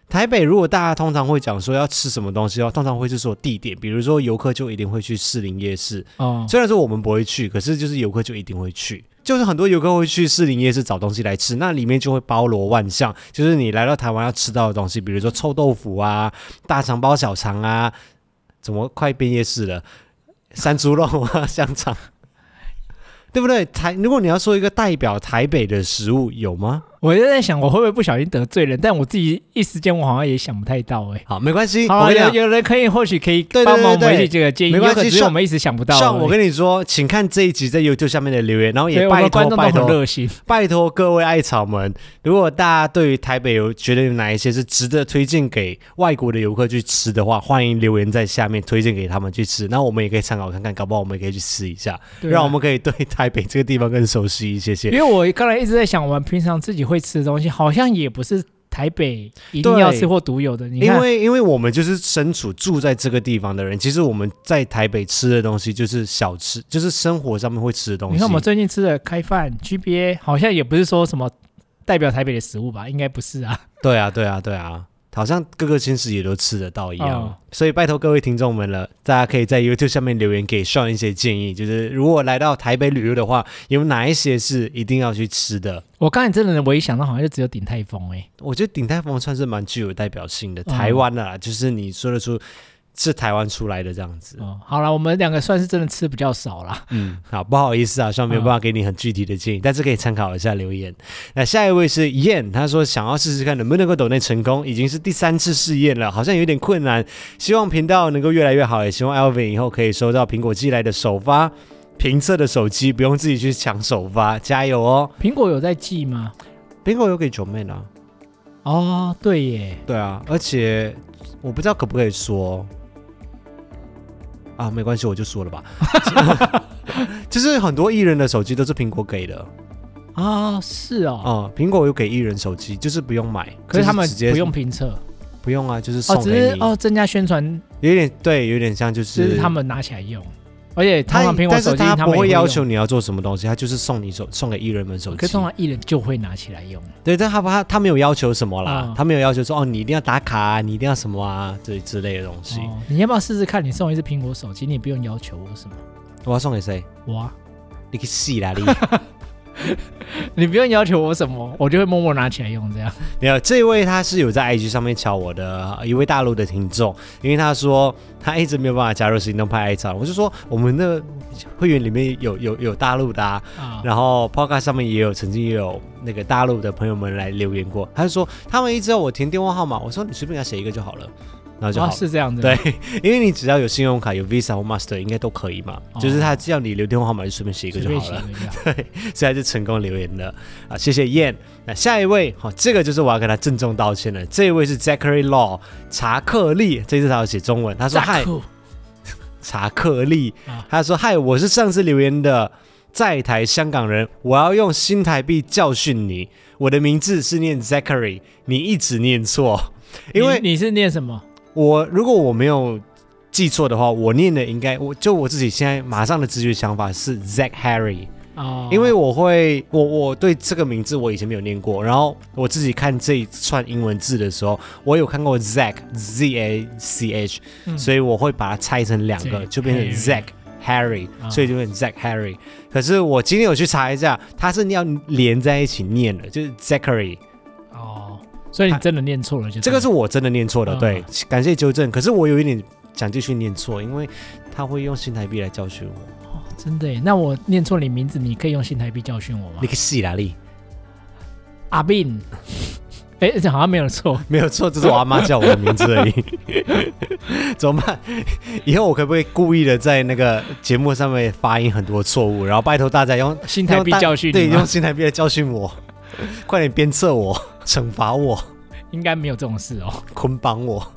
Speaker 1: 台北如果大家通常会讲说要吃什么东西的话，通常会是说地点，比如说游客就一定会去士林夜市，
Speaker 2: 哦，
Speaker 1: 虽然说我们不会去，可是就是游客就一定会去，就是很多游客会去士林夜市找东西来吃，那里面就会包罗万象，就是你来到台湾要吃到的东西，比如说臭豆腐啊、大肠包小肠啊，怎么快变夜市了？山猪肉啊、香 [LAUGHS] 肠，对不对？台如果你要说一个代表台北的食物有吗？
Speaker 2: 我就在想，我会不会不小心得罪人？但我自己一时间我好像也想不太到哎、
Speaker 1: 好，没关系，
Speaker 2: 好
Speaker 1: 我
Speaker 2: 啊，
Speaker 1: 跟你
Speaker 2: 有
Speaker 1: 讲。
Speaker 2: 有人可以，或许可以
Speaker 1: 对对
Speaker 2: 帮忙我
Speaker 1: 对
Speaker 2: 们
Speaker 1: 对
Speaker 2: 一起这个建议，
Speaker 1: 没关
Speaker 2: 有可能
Speaker 1: 系
Speaker 2: 只是我
Speaker 1: 像
Speaker 2: 们一时想不到而已。
Speaker 1: 像我跟你说，请看这一集在 YouTube 下面的留言，然后
Speaker 2: 对
Speaker 1: 也
Speaker 2: 我
Speaker 1: 拜
Speaker 2: 们观
Speaker 1: 托
Speaker 2: 众都
Speaker 1: 拜
Speaker 2: 很
Speaker 1: 托
Speaker 2: 热心，
Speaker 1: 拜托各位爱草们，如果大家对于台北有觉得有哪一些是值得推荐给外国的游客去吃的话，欢迎留言在下面推荐给他们去吃，那我们也可以参考看看，搞不好我们也可以去吃一下，
Speaker 2: 对啊
Speaker 1: 让我们可以对台北这个地方更熟悉一些些
Speaker 2: 因。为我刚才一直在想，我们平常自己会吃的东西，好像也不是台北一定
Speaker 1: 对
Speaker 2: 要吃或独有的。你
Speaker 1: 因
Speaker 2: 看，
Speaker 1: 为因为我们就是身处住在这个地方的人，其实我们在台北吃的东西就是小吃，就是生活上面会吃的东西。
Speaker 2: 你看我们最近吃的开饭 GBA，好像也不是说什么代表台北的食物吧？应该不是啊。 [LAUGHS]
Speaker 1: [LAUGHS] 对啊，对啊，对啊，好像各个亲戚也都吃得到一样。
Speaker 2: 哦
Speaker 1: 所以拜托各位听众们了，大家可以在 YouTube 下面留言给 Sean 一些建议，就是如果来到台北旅游的话，有哪一些是一定要去吃的？
Speaker 2: 我刚才真的唯一想到，好像就只有鼎泰丰哎、
Speaker 1: 我觉得鼎泰丰算是蛮具有代表性的，
Speaker 2: 嗯
Speaker 1: 台湾的啦，就是你说得出是台湾出来的这样子。
Speaker 2: 哦，好了，我们两个算是真的吃比较少啦。
Speaker 1: 嗯，好，不好意思啊，上没有办法给你很具体的建议，但是可以参考一下留言。那下一位是燕，他说想要试试看能不能够抖内成功，已经是第三次试验了，好像有点困难。希望频道能够越来越好，也希望 Alvin 以后可以收到苹果寄来的首发评测的手机，不用自己去抢首发，加油哦！
Speaker 2: 苹果有在寄吗？
Speaker 1: 苹果有给九妹呢，
Speaker 2: 哦，对耶，
Speaker 1: 对啊，而且我不知道可不可以说。啊，没关系，我就说了吧。 [LAUGHS] 就是很多艺人的手机都是苹果给的，
Speaker 2: 啊、是哦，
Speaker 1: 哦，苹果有给艺人手机，就是不用买，
Speaker 2: 可是他们
Speaker 1: 就直接
Speaker 2: 不用评测
Speaker 1: 不用啊，就是
Speaker 2: 哦
Speaker 1: 送，
Speaker 2: 只
Speaker 1: 给
Speaker 2: 是
Speaker 1: 你，
Speaker 2: 哦增加宣传，
Speaker 1: 有点对，有点像就是
Speaker 2: 只是他们拿起来用，而且通
Speaker 1: 他
Speaker 2: 常苹果
Speaker 1: 但
Speaker 2: 手
Speaker 1: 是
Speaker 2: 机
Speaker 1: 他
Speaker 2: 他
Speaker 1: 不
Speaker 2: 们也
Speaker 1: 会要
Speaker 2: 用
Speaker 1: 求你要做什么东西，他就是送你手送给艺人们手
Speaker 2: 可
Speaker 1: 机
Speaker 2: 是，通常艺人就会拿起来用，
Speaker 1: 对，但他不他他没有要求什么啦，
Speaker 2: 嗯
Speaker 1: 他没有要求说哦你一定要打卡啊，你一定要什么啊这之类的东西，
Speaker 2: 哦，你要不要试试看？你送一只苹果手机，你也不用要求我什么，
Speaker 1: 我要送给谁？
Speaker 2: 我、啊、
Speaker 1: 你可以细啦你。
Speaker 2: [LAUGHS]
Speaker 1: [LAUGHS]
Speaker 2: 你不用要求我什么，我就会默默拿起来用这样。
Speaker 1: 没有，这位他是有在 IG 上面敲我的呃一位大陆的听众，因为他说他一直没有办法加入行动派爱草，我就说我们的会员里面有有有大陆的啊，
Speaker 2: 啊
Speaker 1: 然后 Podcast 上面也有曾经也有那个大陆的朋友们来留言过，他就说他们一直要我填电话号码，我说你随便给他写一个就好了，然后就好
Speaker 2: 哦，
Speaker 1: 了。
Speaker 2: 是这样子，
Speaker 1: 对，因为你只要有信用卡、有 Visa 或 Master，应该都可以嘛。
Speaker 2: 哦
Speaker 1: 就是他叫你留电话号码，就随便写一个
Speaker 2: 随
Speaker 1: 就
Speaker 2: 便
Speaker 1: 好
Speaker 2: 写
Speaker 1: 了。
Speaker 2: 一下。
Speaker 1: 所以他就成功留言了啊，谢谢燕。那下一位，好、这个就是我要跟他郑重道歉了。这一位是 Zachary Law 查克利，这次他要写中 [LAUGHS] 文，他说
Speaker 2: 炸
Speaker 1: 嗨
Speaker 2: 酷
Speaker 1: 查克利
Speaker 2: 啊，
Speaker 1: 他说嗨，我是上次留言的在台香港人，我要用新台币教训你，我的名字是念 Zachary，你一直念错，因为
Speaker 2: 你你是念什么？
Speaker 1: 我如果我没有记错的话，我念的应该我就我自己现在马上的直觉想法是 Zach Harry。
Speaker 2: 哦，
Speaker 1: 因为我会，我我对这个名字我以前没有念过，然后我自己看这一串英文字的时候，我有看过 Zack Z A C H，、
Speaker 2: 嗯
Speaker 1: 所以我会把它拆成两个，
Speaker 2: Zack
Speaker 1: 就变成
Speaker 2: Harry
Speaker 1: Zack Harry，、
Speaker 2: 啊
Speaker 1: 所以就变成 Zack Harry。可是我今天有去查一下，它是要连在一起念的，就是 Zachary，
Speaker 2: 哦，所以你真的念错了，就
Speaker 1: 这个是我真的念错的，
Speaker 2: 嗯
Speaker 1: 对，感谢纠正。可是我有一点想继续念错，因为他会用新台币来教训我。
Speaker 2: 啊真的耶。那我念错你名字，你可以用新台币教训我吗
Speaker 1: 你？可以细哪里？
Speaker 2: 阿斌， [LAUGHS] 哎，这好像没
Speaker 1: [LAUGHS]
Speaker 2: 有错。
Speaker 1: 没有错，这是我阿妈叫我的名字而
Speaker 2: [LAUGHS]
Speaker 1: 已。怎么办？以后我可不可以故意的在那个节目上面发音很多错误，然后拜托大家用
Speaker 2: 新台
Speaker 1: 用
Speaker 2: 币
Speaker 1: 大
Speaker 2: 教训你
Speaker 1: 对，
Speaker 2: 吗
Speaker 1: 用新台币来教训我，快点鞭策我，惩罚我，
Speaker 2: 应该没有这种事哦。
Speaker 1: 捆绑我，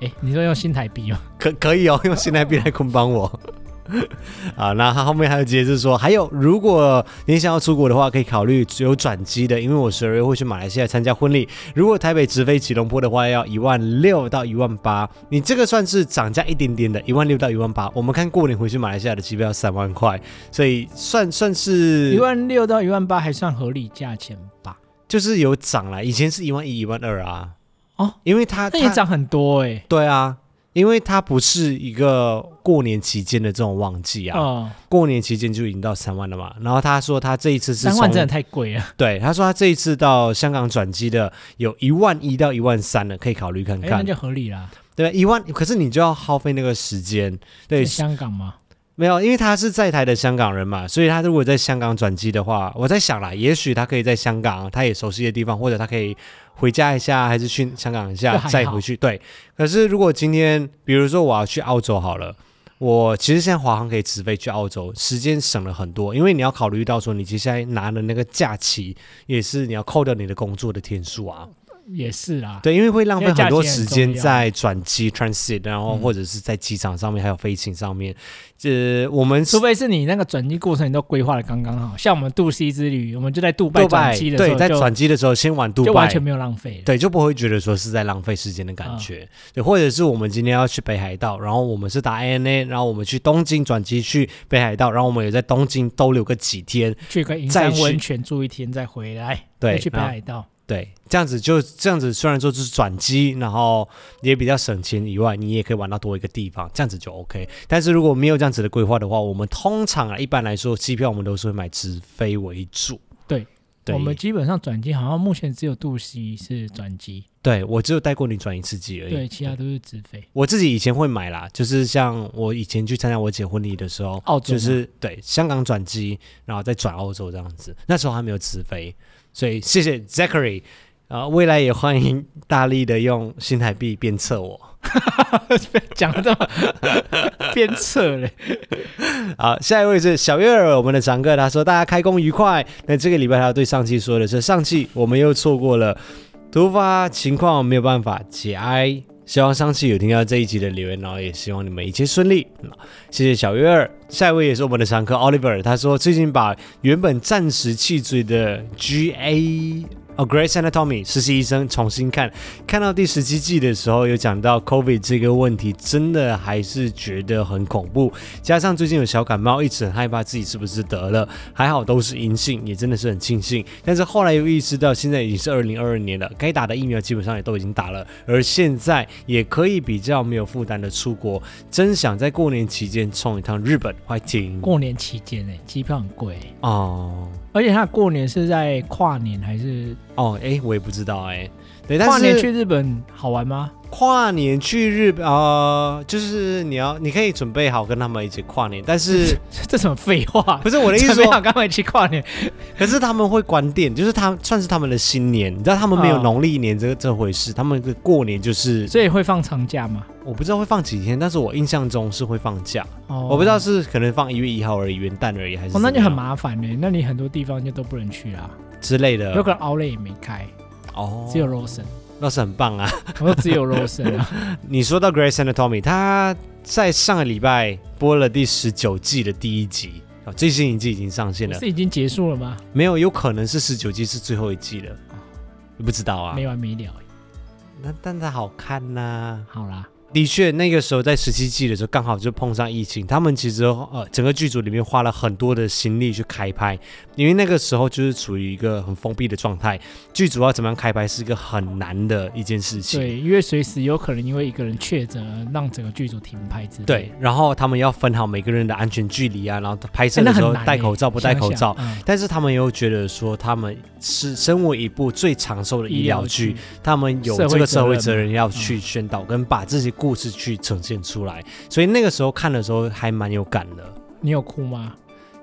Speaker 2: 哎，你说用新台币吗？
Speaker 1: 可可以哦，用 [LAUGHS] 新台币来捆绑我。 [LAUGHS] 啊，那他后面还有解释说，还有如果你想要出国的话，可以考虑只有转机的，因为我十二月会去马来西亚参加婚礼。如果台北直飞吉隆坡的话，要一万六到一万八，你这个算是涨价一点点的，一万六到一万八。我们看过年回去马来西亚的机票三万块，所以算算是
Speaker 2: 一万六到一万八还算合理价钱吧？
Speaker 1: 就是有涨啦，以前是一万一、一万二啊。
Speaker 2: 哦，
Speaker 1: 因为它
Speaker 2: 那也
Speaker 1: 它
Speaker 2: 涨很多哎。
Speaker 1: 对啊，因为它不是一个过年期间的这种旺季啊，
Speaker 2: 哦，
Speaker 1: 过年期间就已经到三万了嘛。然后他说他这一次是
Speaker 2: 三万
Speaker 1: 从
Speaker 2: 真的太贵了。
Speaker 1: 对，他说他这一次到香港转机的有一万一到一万三的，可以考虑看
Speaker 2: 哎，那
Speaker 1: 看。
Speaker 2: 就合理啦。
Speaker 1: 对，一万，可是你就要耗费那个时间。对
Speaker 2: 在，香港吗？
Speaker 1: 没有，因为他是在台的香港人嘛，所以他如果在香港转机的话，我在想啦，也许他可以在香港他也熟悉的地方，或者他可以回家一下，还是去香港一
Speaker 2: 这
Speaker 1: 下
Speaker 2: 还好
Speaker 1: 再回去。对，可是如果今天，比如说我要去澳洲好了。我其实现在华航可以直飞去澳洲，时间省了很多，因为你要考虑到说你接下来拿的那个假期，也是你要扣掉你的工作的天数啊。
Speaker 2: 也是啦。
Speaker 1: 对，因为会浪费
Speaker 2: 因为假
Speaker 1: 很多
Speaker 2: 期很
Speaker 1: 时
Speaker 2: 重
Speaker 1: 间
Speaker 2: 要
Speaker 1: 在转机 transit，然后或者是在机场上面，还有飞行上面。这、我们
Speaker 2: 除非是你那个转机过程你都规划的刚刚好，像我们杜西之旅，我们就在杜拜
Speaker 1: 杜
Speaker 2: 转
Speaker 1: 拜
Speaker 2: 机的时
Speaker 1: 对，
Speaker 2: 候
Speaker 1: 在
Speaker 2: 就
Speaker 1: 转机的时候先玩杜
Speaker 2: 就完
Speaker 1: 拜，
Speaker 2: 全没有嗯浪费了。
Speaker 1: 对，就不会觉得说是在浪费时间的感觉。对，或者是我们今天要去北海道，然后我们是打 ANA，然后我们去东京转机去北海道，然后我们也在东京逗留个几天，
Speaker 2: 去个银
Speaker 1: 再
Speaker 2: 山
Speaker 1: 去
Speaker 2: 温泉住一天再回来，
Speaker 1: 对
Speaker 2: 再去北
Speaker 1: 然后
Speaker 2: 海道。
Speaker 1: 对，这样子就这样子，虽然说就是转机，然后也比较省钱以外，你也可以玩到多一个地方，这样子就 OK。但是如果没有这样子的规划的话，我们通常啊，一般来说，机票我们都是会买直飞为主。
Speaker 2: 对，
Speaker 1: 对，
Speaker 2: 我们基本上转机好像目前只有杜西是转机，
Speaker 1: 对我只有带过你转一次机而已。
Speaker 2: 对，其他都是直飞。 [LAUGHS]
Speaker 1: 我自己以前会买啦，就是像我以前去参加我姐婚礼的时候，
Speaker 2: 澳洲
Speaker 1: 就
Speaker 2: 吗
Speaker 1: 是对香港转机，然后再转澳洲这样子。那时候还没有直飞，所以谢谢 Zachary，啊、呃未来也欢迎大力的用新台币鞭策我。
Speaker 2: 讲的这么 [LAUGHS] 鞭策嘞，
Speaker 1: 好，下一位是小月儿，我们的常客，他说大家开工愉快。那这个礼拜他对上期说的是，上期我们又错过了突发情况，没有办法节哀。希望上期有听到这一集的留言，然后也希望你们一切顺利。嗯谢谢小月儿。下一位也是我们的常客 Oliver，他说最近把原本暂时弃追的 GA 哦《Grey's Anatomy》实习医生重新看，看到第十七季的时候，有讲到 COVID 这个问题，真的还是觉得很恐怖。加上最近有小感冒，一直很害怕自己是不是得了，还好都是阴性，也真的是很庆幸。但是后来又意识到，现在已经是二零二二年了，该打的疫苗基本上也都已经打了，而现在也可以比较没有负担的出国，真想在过年期间冲一趟日本，快停！
Speaker 2: 过年期间呢，机票很贵欸，
Speaker 1: 哦
Speaker 2: 而且他过年是在跨年还是？
Speaker 1: 哦，哎，我也不知道哎。对，但
Speaker 2: 跨
Speaker 1: 是
Speaker 2: 年去日本好玩吗？
Speaker 1: 跨年去日本啊、呃就是你要你可以准备好跟他们一起跨年，但
Speaker 2: [LAUGHS]
Speaker 1: 是
Speaker 2: 这什么废话？
Speaker 1: 不是我的意思
Speaker 2: 准备
Speaker 1: 说
Speaker 2: 好刚才去跨年，
Speaker 1: 可是他们会关店，就是他算是他们的新年，你知道他们没有
Speaker 2: 哦
Speaker 1: 农历年这个这回事，他们的过年就是
Speaker 2: 所以会放长假吗？
Speaker 1: 我不知道会放几天，但是我印象中是会放假，
Speaker 2: 哦
Speaker 1: 我不知道。是可能放一月一号而已，元旦而已还是
Speaker 2: 哦，那就
Speaker 1: 怎么样
Speaker 2: 很麻烦呢。那你很多地方就都不能去啦，
Speaker 1: 之类的
Speaker 2: 有可能 o u l e 也没开，
Speaker 1: 呃哦，
Speaker 2: 只有 Rosen，
Speaker 1: 那是很棒啊。
Speaker 2: 我说只有 Rosen
Speaker 1: [LAUGHS]
Speaker 2: 啊。
Speaker 1: 你说到 Grace and Tommy，他在上个礼拜播了第十九季的第一集。哦，最新一季已经上线
Speaker 2: 不
Speaker 1: 了，
Speaker 2: 是已经结束了吗？
Speaker 1: 没有，有可能是十九季是最后一季了，不知道啊。
Speaker 2: 没完没了欸。
Speaker 1: 那但它好看呐、
Speaker 2: 好啦，
Speaker 1: 的确，那个时候在十七季的时候，刚好就碰上疫情。他们其实呃，整个剧组里面花了很多的心力去开拍，因为那个时候就是处于一个很封闭的状态，剧组要怎么样开拍是一个很难的一件事情。
Speaker 2: 对，因为随时有可能因为一个人确诊而让整个剧组停拍之类的。
Speaker 1: 对，然后他们要分好每个人的安全距离啊，然后拍摄
Speaker 2: 欸，那
Speaker 1: 的时
Speaker 2: 很
Speaker 1: 候
Speaker 2: 难欸。
Speaker 1: 戴口罩不戴口罩。
Speaker 2: 想想，嗯
Speaker 1: 但是他们又觉得说，他们是身为一部最长寿
Speaker 2: 嗯
Speaker 1: 的医疗剧，他们有这个社会责任啊嗯要去宣导，跟把这些故事去呈现出来。所以那个时候看的时候还蛮有感的。
Speaker 2: 你有哭吗？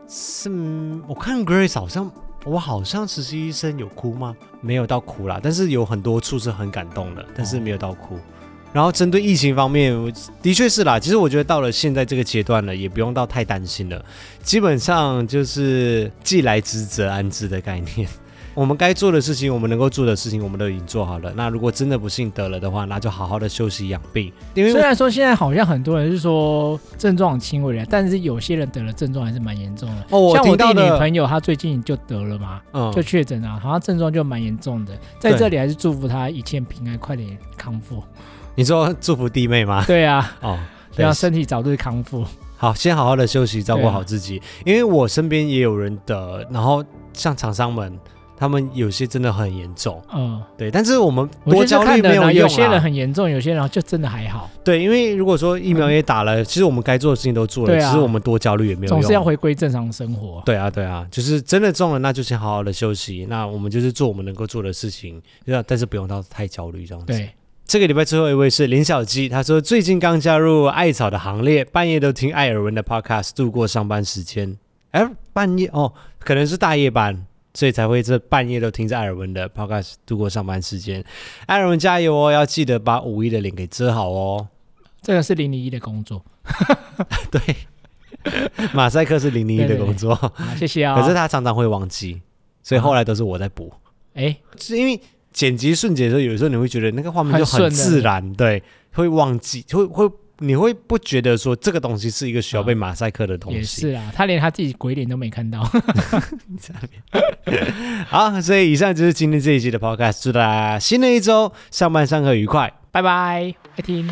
Speaker 1: 是，嗯我看 Grace 好像，我好像实习医生有哭吗？没有到哭啦，但是有很多处是很感动的，但是没有到
Speaker 2: 哦
Speaker 1: 哭。然后针对疫情方面，我的确是啦。其实我觉得到了现在这个阶段了，也不用到太担心了。基本上就是既来之则安之的概念。 [LAUGHS] 我们该做的事情，我们能够做的事情，我们都已经做好了。那如果真的不幸得了的话，那就好好的休息养病。因为
Speaker 2: 虽然说现在好像很多人是说症状很轻微的，但是有些人得了症状还是蛮严重的。
Speaker 1: 哦，我
Speaker 2: 像
Speaker 1: 听
Speaker 2: 我弟
Speaker 1: 到
Speaker 2: 女
Speaker 1: 的，
Speaker 2: 朋友，她最近就得了嘛，
Speaker 1: 嗯
Speaker 2: 就确诊啊了，好像症状就蛮严重的。在
Speaker 1: 对
Speaker 2: 这里还是祝福她一切平安，快点康复。
Speaker 1: 你说祝福弟妹吗？[LAUGHS]
Speaker 2: 对啊，
Speaker 1: 哦，对
Speaker 2: 让身体早日康复。
Speaker 1: 好，先好好的休息，照顾
Speaker 2: 对啊
Speaker 1: 好自己。因为我身边也有人得，然后像厂商们，他们有些真的很严重，
Speaker 2: 嗯，
Speaker 1: 对。但是我们
Speaker 2: 我觉
Speaker 1: 多
Speaker 2: 得这
Speaker 1: 焦虑
Speaker 2: 看
Speaker 1: 没
Speaker 2: 人啊，
Speaker 1: 用
Speaker 2: 有些人
Speaker 1: 啦。
Speaker 2: 很严重，有些人就真的还好，
Speaker 1: 对，因为如果说疫苗也打了，其实我们该做的事情都做了，
Speaker 2: 嗯对
Speaker 1: 只
Speaker 2: 啊
Speaker 1: 是我们多焦虑也没有用。
Speaker 2: 总是要回归正常生活。
Speaker 1: 对啊，对啊，就是真的中了，那就先好好的休息。那我们就是做我们能够做的事情，对啊但是不用到太焦虑这样子。
Speaker 2: 对，
Speaker 1: 这个礼拜最后一位是林小鸡，他说最近刚加入艾草的行列，半夜都听艾尔文的 podcast 度过上班时间。哎，半夜哦，可能是大夜班，所以才会这半夜都听着艾尔文的 podcast 度过上班时间。艾尔文加油哦，要记得把五一的脸给遮好
Speaker 2: [LAUGHS]
Speaker 1: 哦。
Speaker 2: 这个是零零一的工作 [LAUGHS]
Speaker 1: 对，马赛克是零零一的
Speaker 2: 对对对
Speaker 1: 工作，
Speaker 2: 啊，谢谢啊、啊
Speaker 1: 可是他常常会忘记，所以后来都是我在补。
Speaker 2: 哎，
Speaker 1: 是因为剪辑瞬间的时候，有时候你会觉得那个画面就
Speaker 2: 很顺
Speaker 1: 很
Speaker 2: 的
Speaker 1: 自然，对，会忘记，会会你会不觉得说这个东西是一个需要被马赛克的东
Speaker 2: 啊也
Speaker 1: 西。
Speaker 2: 是啊，他连他自己鬼脸都没看到。 [LAUGHS]
Speaker 1: 好，所以以上就是今天这一集的 podcast，祝大家新的一周上班上课愉快。
Speaker 2: 拜拜，爱听。